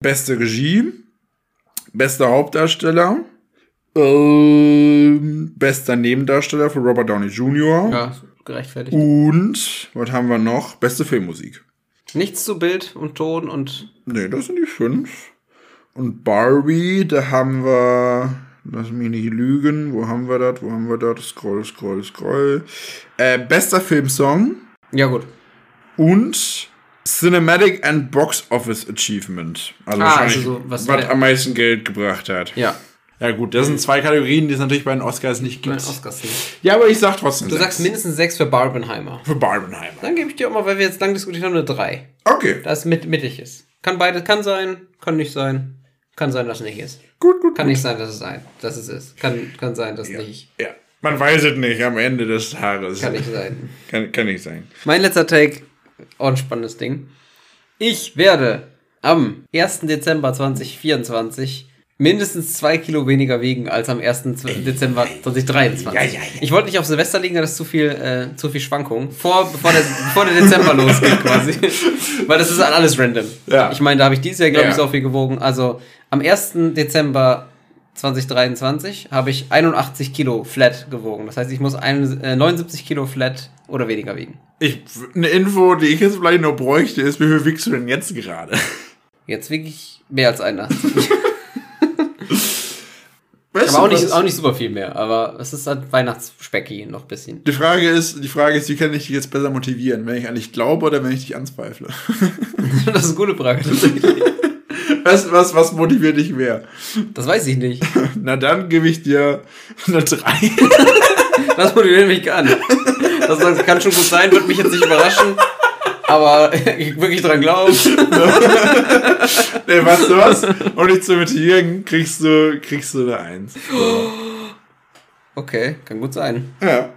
S3: beste Regie, bester Hauptdarsteller, ähm, bester Nebendarsteller für Robert Downey Jr.
S1: Ja, gerechtfertigt.
S3: Und, was haben wir noch? Beste Filmmusik.
S1: Nichts zu Bild und Ton und
S3: Nee, das sind die fünf. Und Barbie, da haben wir. Lass mich nicht lügen. Wo haben wir das? Wo haben wir das? Scroll, scroll, scroll. Äh, bester Filmsong
S1: ja gut.
S3: und Cinematic and Box Office Achievement. Also
S1: Ah,
S3: wahrscheinlich,
S1: also so, was
S3: was
S1: wär-
S3: am meisten Geld gebracht hat.
S1: Ja.
S3: Ja gut, das sind zwei Kategorien, die es natürlich bei den Oscars nicht
S1: Bei
S3: gibt.
S1: den Oscars nicht.
S3: Ja, aber ich sag trotzdem
S1: Du sagst mindestens sechs für Barbenheimer.
S3: für Barbenheimer.
S1: Dann gebe ich dir auch mal, weil wir jetzt lang diskutiert haben, eine drei.
S3: Okay,
S1: Das mit mittig ist. Kann beide, kann sein, kann nicht sein. Kann sein, dass es nicht ist.
S3: gut, gut.
S1: Kann nicht sein, dass es sein, dass es ist. Kann, kann sein, dass nicht.
S3: Ja, man weiß es nicht am Ende des Tages.
S1: Kann nicht sein.
S3: Kann, kann nicht sein.
S1: Mein letzter Take, auch ein spannendes Ding. Ich werde am 1. Dezember 2024 mindestens zwei Kilo weniger wiegen als am 1. Z- Dezember 2023.
S3: Ja, ja, ja.
S1: Ich wollte nicht auf Silvester liegen, da ist zu viel, äh, zu viel Schwankung. Vor, bevor, der, bevor der Dezember losgeht quasi. Weil das ist an alles random.
S3: Ja.
S1: Ich meine, da habe ich dieses Jahr, glaube
S3: Ja.
S1: ich, so viel gewogen. Also am 1. Dezember 2023 habe ich 81 Kilo flat gewogen. Das heißt, ich muss ein, äh, 79 Kilo flat oder weniger wiegen.
S3: Ich, eine Info, die ich jetzt vielleicht noch bräuchte, ist, wie viel wiegst du denn jetzt gerade?
S1: Jetzt wiege ich mehr als 81.
S3: Weißt
S1: aber auch
S3: du
S1: nicht,
S3: was?
S1: auch nicht super viel mehr. Aber es ist halt Weihnachtsspecki noch ein bisschen.
S3: Die Frage ist, die Frage ist, wie kann ich dich jetzt besser motivieren? Wenn ich an dich glaube oder wenn ich dich anzweifle?
S1: Das ist eine gute Frage.
S3: Was, was, was motiviert dich mehr?
S1: Das weiß ich nicht.
S3: Na dann gebe ich dir eine 3.
S1: Das motiviert mich gar nicht. Das kann schon gut sein, wird mich jetzt nicht überraschen. Aber wirklich dran glauben.
S3: nee, weißt du was? Um dich zu motivieren, kriegst du, kriegst du eine 1.
S1: Okay, kann gut sein.
S3: Ja.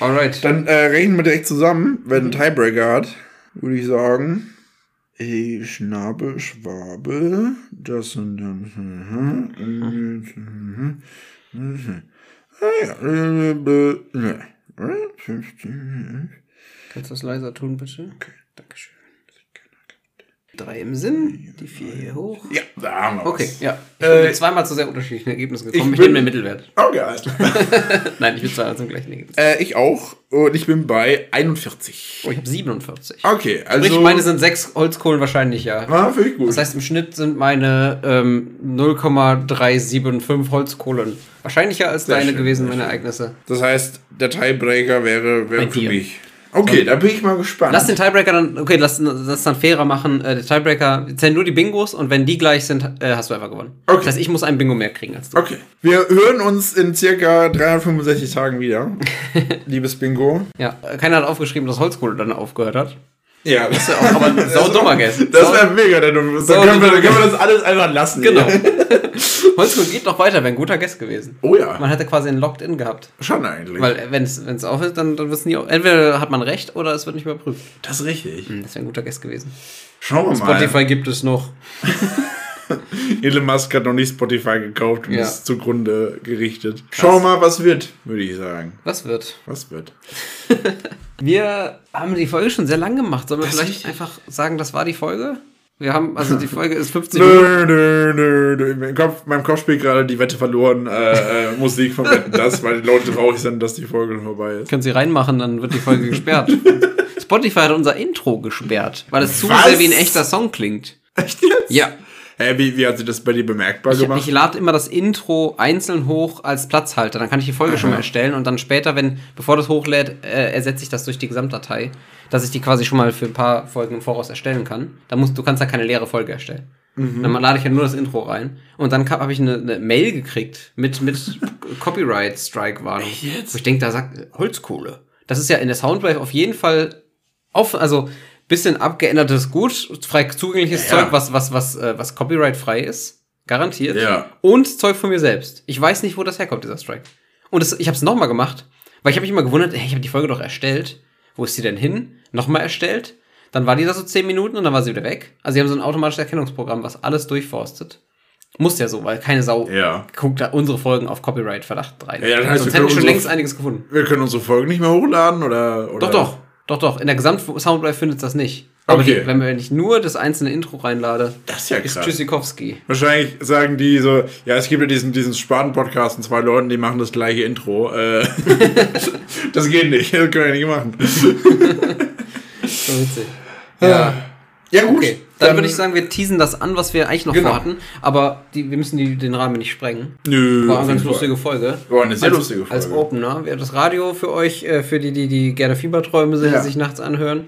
S1: Alright.
S3: Dann äh, rechnen wir direkt zusammen, wenn ein Tiebreaker hat, würde ich sagen. Ey, Schnabe, Schwabe, das und dann. mhm, mhm, mhm, mhm. Ah ja, äh, äh, ne. Äh, 15,
S1: Kannst du das leiser tun, bitte? Okay, dankeschön. Drei im Sinn, die vier hier hoch.
S3: Ja, da haben wir
S1: Okay,
S3: was.
S1: ja. Ich
S3: Äh,
S1: bin zweimal zu sehr unterschiedlichen Ergebnissen gekommen.
S3: ich
S1: Ich,
S3: bin-
S1: nehme den Mittelwert.
S3: Okay, alles klar.
S1: Nein, ich bin zweimal zum gleichen Ergebnis.
S3: äh, ich auch. Und ich bin bei 41.
S1: Oh, ich habe 47.
S3: Okay, also.
S1: Sprich, meine sind sechs Holzkohlen wahrscheinlich, ja.
S3: war völlig gut.
S1: Das heißt, im Schnitt sind meine ähm, 0,375 Holzkohlen wahrscheinlicher als deine
S3: schön,
S1: gewesen,
S3: sehr
S1: meine
S3: schön.
S1: Ereignisse.
S3: das heißt, der Tiebreaker wäre, wäre
S1: Bei
S3: für
S1: dir.
S3: mich. Okay, da bin ich mal gespannt.
S1: Lass den Tiebreaker dann, okay, lass das dann fairer machen. Äh, der Tiebreaker zählen nur die Bingos und wenn die gleich sind, äh, hast du einfach gewonnen.
S3: Okay.
S1: Das heißt, ich muss ein Bingo mehr kriegen als du.
S3: Okay. Wir hören uns in circa 365 Tagen wieder. Liebes Bingo.
S1: Ja, äh, keiner hat aufgeschrieben, dass Holzkohle dann aufgehört hat.
S3: Ja, das wäre
S1: Aber ein sau dummer Guess.
S3: Das wäre mega der dumme.
S1: So,
S3: Dann können wir,
S1: die-
S3: dann können wir das alles einfach lassen.
S1: Genau.
S3: hier.
S1: Holzkohle geht noch weiter, wäre ein guter Guess gewesen.
S3: Oh ja,
S1: Man hätte quasi einen Locked-In gehabt.
S3: schon eigentlich.
S1: Weil äh, wenn es auf ist, dann, dann wird's nie, entweder hat man recht oder es wird nicht überprüft.
S3: das ist richtig.
S1: Hm, Das wäre ein guter Guess gewesen.
S3: Schauen wir mal.
S1: Spotify gibt es noch.
S3: Elon Musk hat noch nicht Spotify gekauft und
S1: Ja.
S3: ist zugrunde gerichtet. Schauen wir mal, was wird, würde ich sagen.
S1: Was wird?
S3: Was wird?
S1: Wir haben die Folge schon sehr lang gemacht. Sollen wir
S3: Das ist
S1: vielleicht einfach sagen, das war die Folge? Wir haben, also die Folge ist 15 Minuten.
S3: Nö, nö, nö, nö. Mein Kopf, meinem Kopf spielt gerade die Wette verloren. Äh, äh, Musik von Wetten, das, weil die Leute traurig sind, dass die Folge vorbei ist.
S1: Können Sie reinmachen, dann wird die Folge gesperrt. Spotify hat unser Intro gesperrt, weil es zu
S3: Was?
S1: sehr wie ein echter Song klingt.
S3: Echt jetzt?
S1: Ja.
S3: Hä, wie, wie hat sie das bei dir bemerkbar
S1: Ich,
S3: gemacht?
S1: ich lade immer das Intro einzeln hoch als Platzhalter. Dann kann ich die Folge schon mal erstellen und dann später, wenn, bevor das hochlädt, äh, ersetze ich das durch die Gesamtdatei, dass ich die quasi schon mal für ein paar Folgen im Voraus erstellen kann. Dann musst, du kannst da keine leere Folge erstellen. Dann lade ich ja nur das Intro rein. Und dann habe ich eine, eine Mail gekriegt mit, mit Copyright-Strike-Warnung. Wo ich denke, da sagt äh, Holzkohle. Das ist ja in der Soundwave auf jeden Fall auf, also bisschen abgeändertes Gut, frei zugängliches
S3: Ja.
S1: Zeug, was, was, was, äh, was copyright-frei ist. Garantiert.
S3: Ja.
S1: Und Zeug von mir selbst. Ich weiß nicht, wo das herkommt, dieser Strike. Und das, ich habe es nochmal gemacht, weil ich habe mich immer gewundert, hey, ich habe die Folge doch erstellt. Wo ist sie denn hin? Nochmal erstellt. Dann war die da so 10 Minuten und dann war sie wieder weg. Also sie haben so ein automatisches Erkennungsprogramm, was alles durchforstet. Muss ja so, weil keine Sau
S3: Ja.
S1: guckt da unsere Folgen auf Copyright-Verdacht rein.
S3: Ja, ja, das heißt,
S1: Sonst
S3: wir können
S1: hätte ich schon
S3: unsere-
S1: längst einiges gefunden.
S3: Wir können unsere Folgen nicht mehr hochladen oder. oder?
S1: Doch, doch, doch, doch. In der Gesamt-Soundwave findet das nicht. Aber
S3: Okay.
S1: die, wenn, wenn ich nur das einzelne Intro reinlade,
S3: Das ist ja
S1: ist
S3: krass.
S1: Tschüssikowski.
S3: Wahrscheinlich sagen die so, ja, es gibt ja diesen, diesen Spaten-Podcast und zwei Leuten, die machen das gleiche Intro. Äh, das geht nicht, das können wir nicht machen.
S1: So witzig. Ja.
S3: Ah. Ja, gut.
S1: Okay, dann, würde ich sagen, wir teasen das an, was wir eigentlich noch
S3: Genau.
S1: vorhatten. Aber die, wir müssen die, den Rahmen nicht sprengen.
S3: Nö,
S1: War
S3: auf
S1: eine ganz
S3: jeden Fall.
S1: lustige Folge.
S3: War eine sehr
S1: als,
S3: lustige Folge.
S1: Als Opener. Wir haben das Radio für euch, äh, für die, die, die gerne Fieberträume sind,
S3: Ja.
S1: die sich nachts anhören.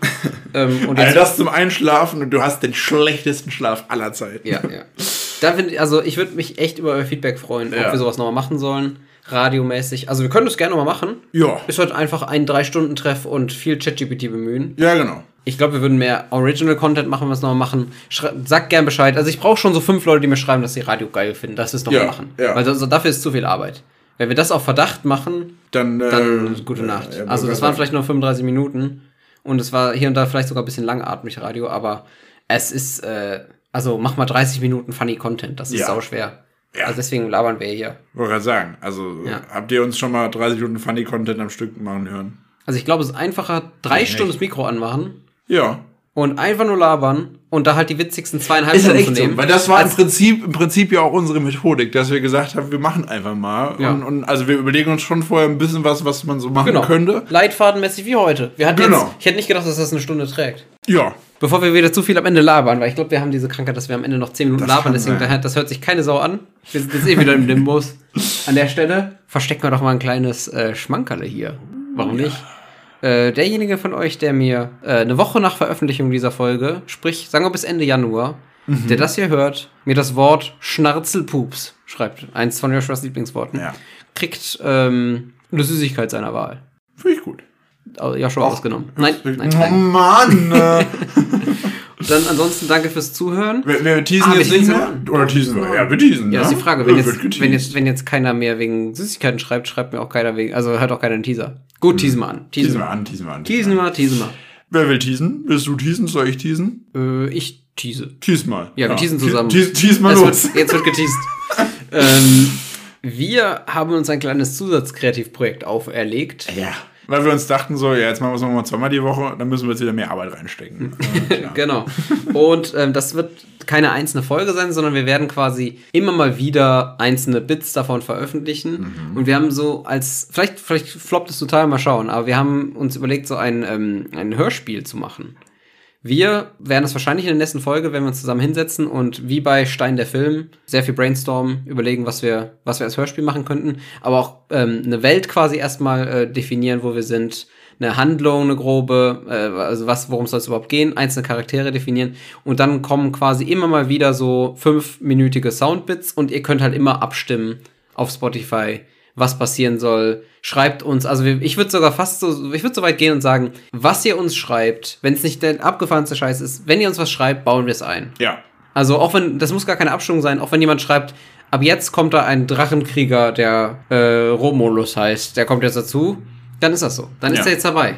S1: ähm, und jetzt,
S3: Also das zum Einschlafen und du hast den schlechtesten Schlaf aller Zeiten.
S1: ja, ja. Da find, ich- also ich würde mich echt über euer Feedback freuen, ob
S3: Ja.
S1: wir sowas nochmal machen sollen. Radiomäßig. Also wir können das gerne nochmal machen.
S3: Ja.
S1: Ist halt einfach ein Drei-Stunden-Treff und viel ChatGPT bemühen.
S3: Ja, genau.
S1: Ich glaube, wir würden mehr Original-Content machen, wenn wir es nochmal machen. Schrei sagt gern Bescheid. Also ich brauche schon so fünf Leute, die mir schreiben, dass sie Radio geil finden, dass wir es nochmal
S3: Ja,
S1: machen.
S3: ja.
S1: Weil also dafür ist zu viel Arbeit. Wenn wir das auf Verdacht machen,
S3: Dann, äh,
S1: dann gute Nacht.
S3: ja,
S1: also das waren vielleicht nur 35 Minuten und es war hier und da vielleicht sogar ein bisschen langatmig Radio, aber es ist, äh, also mach mal 30 Minuten funny Content, das ist
S3: Ja.
S1: sau schwer.
S3: Ja.
S1: Also deswegen labern wir hier.
S3: Wollte gerade sagen, also
S1: Ja.
S3: habt ihr uns schon mal 30 Minuten Funny-Content am Stück machen hören?
S1: Also ich glaube, es ist einfacher, drei
S3: nicht.
S1: Stunden das Mikro anmachen
S3: Ja.
S1: und einfach nur labern und da halt die witzigsten zweieinhalb
S3: Ist das
S1: Stunden
S3: echt
S1: zu nehmen.
S3: so? Weil das war im
S1: als,
S3: Prinzip, im Prinzip ja auch unsere Methodik, dass wir gesagt haben, wir machen einfach mal.
S1: Ja.
S3: Und, und also wir überlegen uns schon vorher ein bisschen was, was man so machen
S1: genau,
S3: könnte.
S1: Leitfadenmäßig wie heute. Wir hatten
S3: Genau.
S1: jetzt, ich hätte nicht gedacht, dass das eine Stunde trägt.
S3: Ja.
S1: Bevor wir wieder zu viel am Ende labern, weil ich glaube, wir haben diese Krankheit, dass wir am Ende noch 10 Minuten
S3: Das
S1: labern,
S3: kann
S1: deswegen,
S3: sein.
S1: daher- das hört sich keine Sau an. Wir sind jetzt eh wieder im Nimbus. An der Stelle verstecken wir doch mal ein kleines äh, Schmankerle hier. Warum nicht? Äh, derjenige von euch, der mir äh, eine Woche nach Veröffentlichung dieser Folge, sprich, sagen wir bis Ende Januar,
S3: Mhm.
S1: der das hier hört, mir das Wort Schnarzelpups schreibt, eins von Joshuas Lieblingsworten,
S3: Ja.
S1: kriegt ähm, eine Süßigkeit seiner Wahl.
S3: Finde ich gut.
S1: Au- Joshua ausgenommen. Nein, nein,
S3: oh
S1: nein.
S3: Mann! Äh,
S1: Dann ansonsten danke fürs Zuhören.
S3: wir, wir teasen
S1: Ah, wir
S3: jetzt nicht
S1: teasen
S3: mehr?
S1: an.
S3: Oder teasen wir? Ja, wir teasen.
S1: Ja,
S3: ne?
S1: ist die Frage. Wenn
S3: Ja, wird
S1: jetzt,
S3: geteased.
S1: wenn, jetzt, wenn jetzt keiner mehr wegen Süßigkeiten schreibt, schreibt mir auch keiner wegen, also hört auch keiner einen Teaser.
S3: Mhm.
S1: Gut, teasen wir an.
S3: Teasen
S1: Teasen
S3: wir
S1: wir
S3: an, teasen wir an.
S1: Teasen wir, teasen
S3: Wer will teasen? Willst du teasen? Soll ich teasen?
S1: wir. Äh, ich tease.
S3: Teas mal.
S1: Ja, wir teasen zusammen.
S3: Teas, teas mal
S1: Es
S3: los.
S1: wird, jetzt wird geteased. ähm, wir haben uns ein kleines Zusatzkreativprojekt auferlegt.
S3: Ja. Weil wir uns dachten so, ja, jetzt machen wir es nochmal zweimal die Woche, dann müssen wir jetzt wieder mehr Arbeit reinstecken. Äh, klar.
S1: Genau. Und ähm, das wird keine einzelne Folge sein, sondern wir werden quasi immer mal wieder einzelne Bits davon veröffentlichen. Und wir haben so als, vielleicht, vielleicht floppt es total, mal schauen, aber wir haben uns überlegt, so ein, ähm, ein Hörspiel zu machen. Wir werden es wahrscheinlich in der nächsten Folge, wenn wir uns zusammen hinsetzen und wie bei Stein der Film sehr viel brainstormen, überlegen, was wir, was wir als Hörspiel machen könnten, aber auch ähm, eine Welt quasi erstmal äh, definieren, wo wir sind, eine Handlung, eine grobe, äh, also was, worum soll es überhaupt gehen, einzelne Charaktere definieren und dann kommen quasi immer mal wieder so fünfminütige Soundbits und ihr könnt halt immer abstimmen auf Spotify, was passieren soll. Schreibt uns, also wir, ich würde sogar fast so, ich würde so weit gehen und sagen, was ihr uns schreibt, wenn es nicht der abgefahrenste Scheiß ist, wenn ihr uns was schreibt, bauen wir es ein.
S3: Ja.
S1: Also auch wenn, das muss gar keine Abstimmung sein, auch wenn jemand schreibt, ab jetzt kommt da ein Drachenkrieger, der äh, Romulus heißt, der kommt jetzt dazu, dann ist das so. Dann
S3: Ja.
S1: ist er jetzt dabei.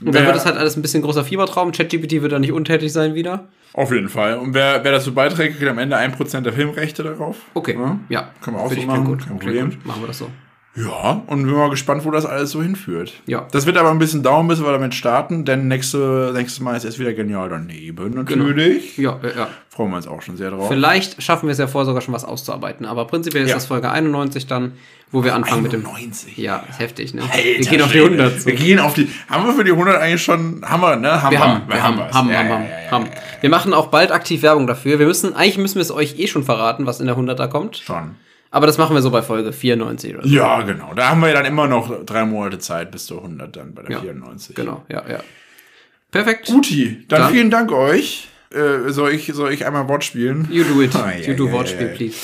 S1: Und
S3: Wer-
S1: dann wird das halt alles ein bisschen großer Fiebertraum. ChatGPT wird da nicht untätig sein wieder.
S3: Auf jeden Fall. Und wer, wer dazu beiträgt, kriegt am Ende 1% der Filmrechte darauf.
S1: Okay, ja.
S3: Ja. Können wir auch so machen,
S1: Gut.
S3: kein
S1: Klingt
S3: Problem.
S1: Gut. Machen wir das so.
S3: Ja, und bin mal gespannt, wo das alles so hinführt.
S1: Ja.
S3: Das wird aber ein bisschen dauern, bis wir damit starten, denn nächste, nächstes Mal ist erst wieder genial daneben natürlich.
S1: Ja, ja, ja.
S3: Freuen wir uns auch schon sehr drauf.
S1: Genau. Vielleicht schaffen wir es ja vor, sogar schon was auszuarbeiten. Aber prinzipiell ist
S3: Ja.
S1: das Folge 91 dann, wo wir anfangen mit dem.
S3: 91.
S1: Ja, ist heftig, ne?
S3: Alter,
S1: wir gehen auf die
S3: Schwede.
S1: 100. zu.
S3: Wir gehen auf die. Haben wir für die 100 eigentlich schon. Haben wir, ne? Haben
S1: Wir haben, wir haben,
S3: was.
S1: haben,
S3: Ja,
S1: haben,
S3: ja,
S1: haben,
S3: ja, ja,
S1: haben.
S3: ja.
S1: Wir machen auch bald aktiv Werbung dafür. Wir müssen, eigentlich müssen wir es euch eh schon verraten, was in der 100er kommt.
S3: Schon.
S1: Aber das machen wir so bei Folge 94 oder so.
S3: Ja, genau. Da haben wir dann immer noch drei Monate Zeit bis zur 100 dann bei der
S1: Ja,
S3: 94.
S1: Genau, ja, ja. Perfekt.
S3: Guti, dann,
S1: Dann-
S3: vielen Dank euch. Äh, soll, ich, soll ich einmal Wort spielen?
S1: You do it.
S3: Ah, ja,
S1: you do
S3: ja,
S1: Wortspiel,
S3: ja, ja.
S1: please.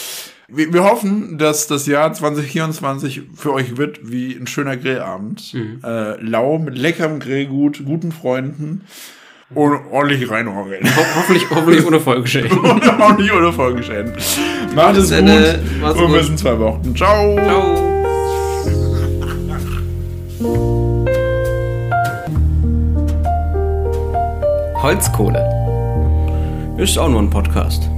S3: Wir, wir hoffen, dass das Jahr 2024 für euch wird wie ein schöner Grillabend.
S1: Mhm.
S3: Äh, lau, mit leckerem Grillgut, guten Freunden und ordentlich reinhorgeln.
S1: Ho hoffentlich, hoffentlich ohne Folgeschäden.
S3: und auch nicht ohne Folgeschäden. Macht es
S1: Bis
S3: gut
S1: dann, macht's
S3: und
S1: gut.
S3: bis in zwei Wochen. Ciao.
S1: Ciao. Holzkohle.
S2: Ist auch nur ein Podcast.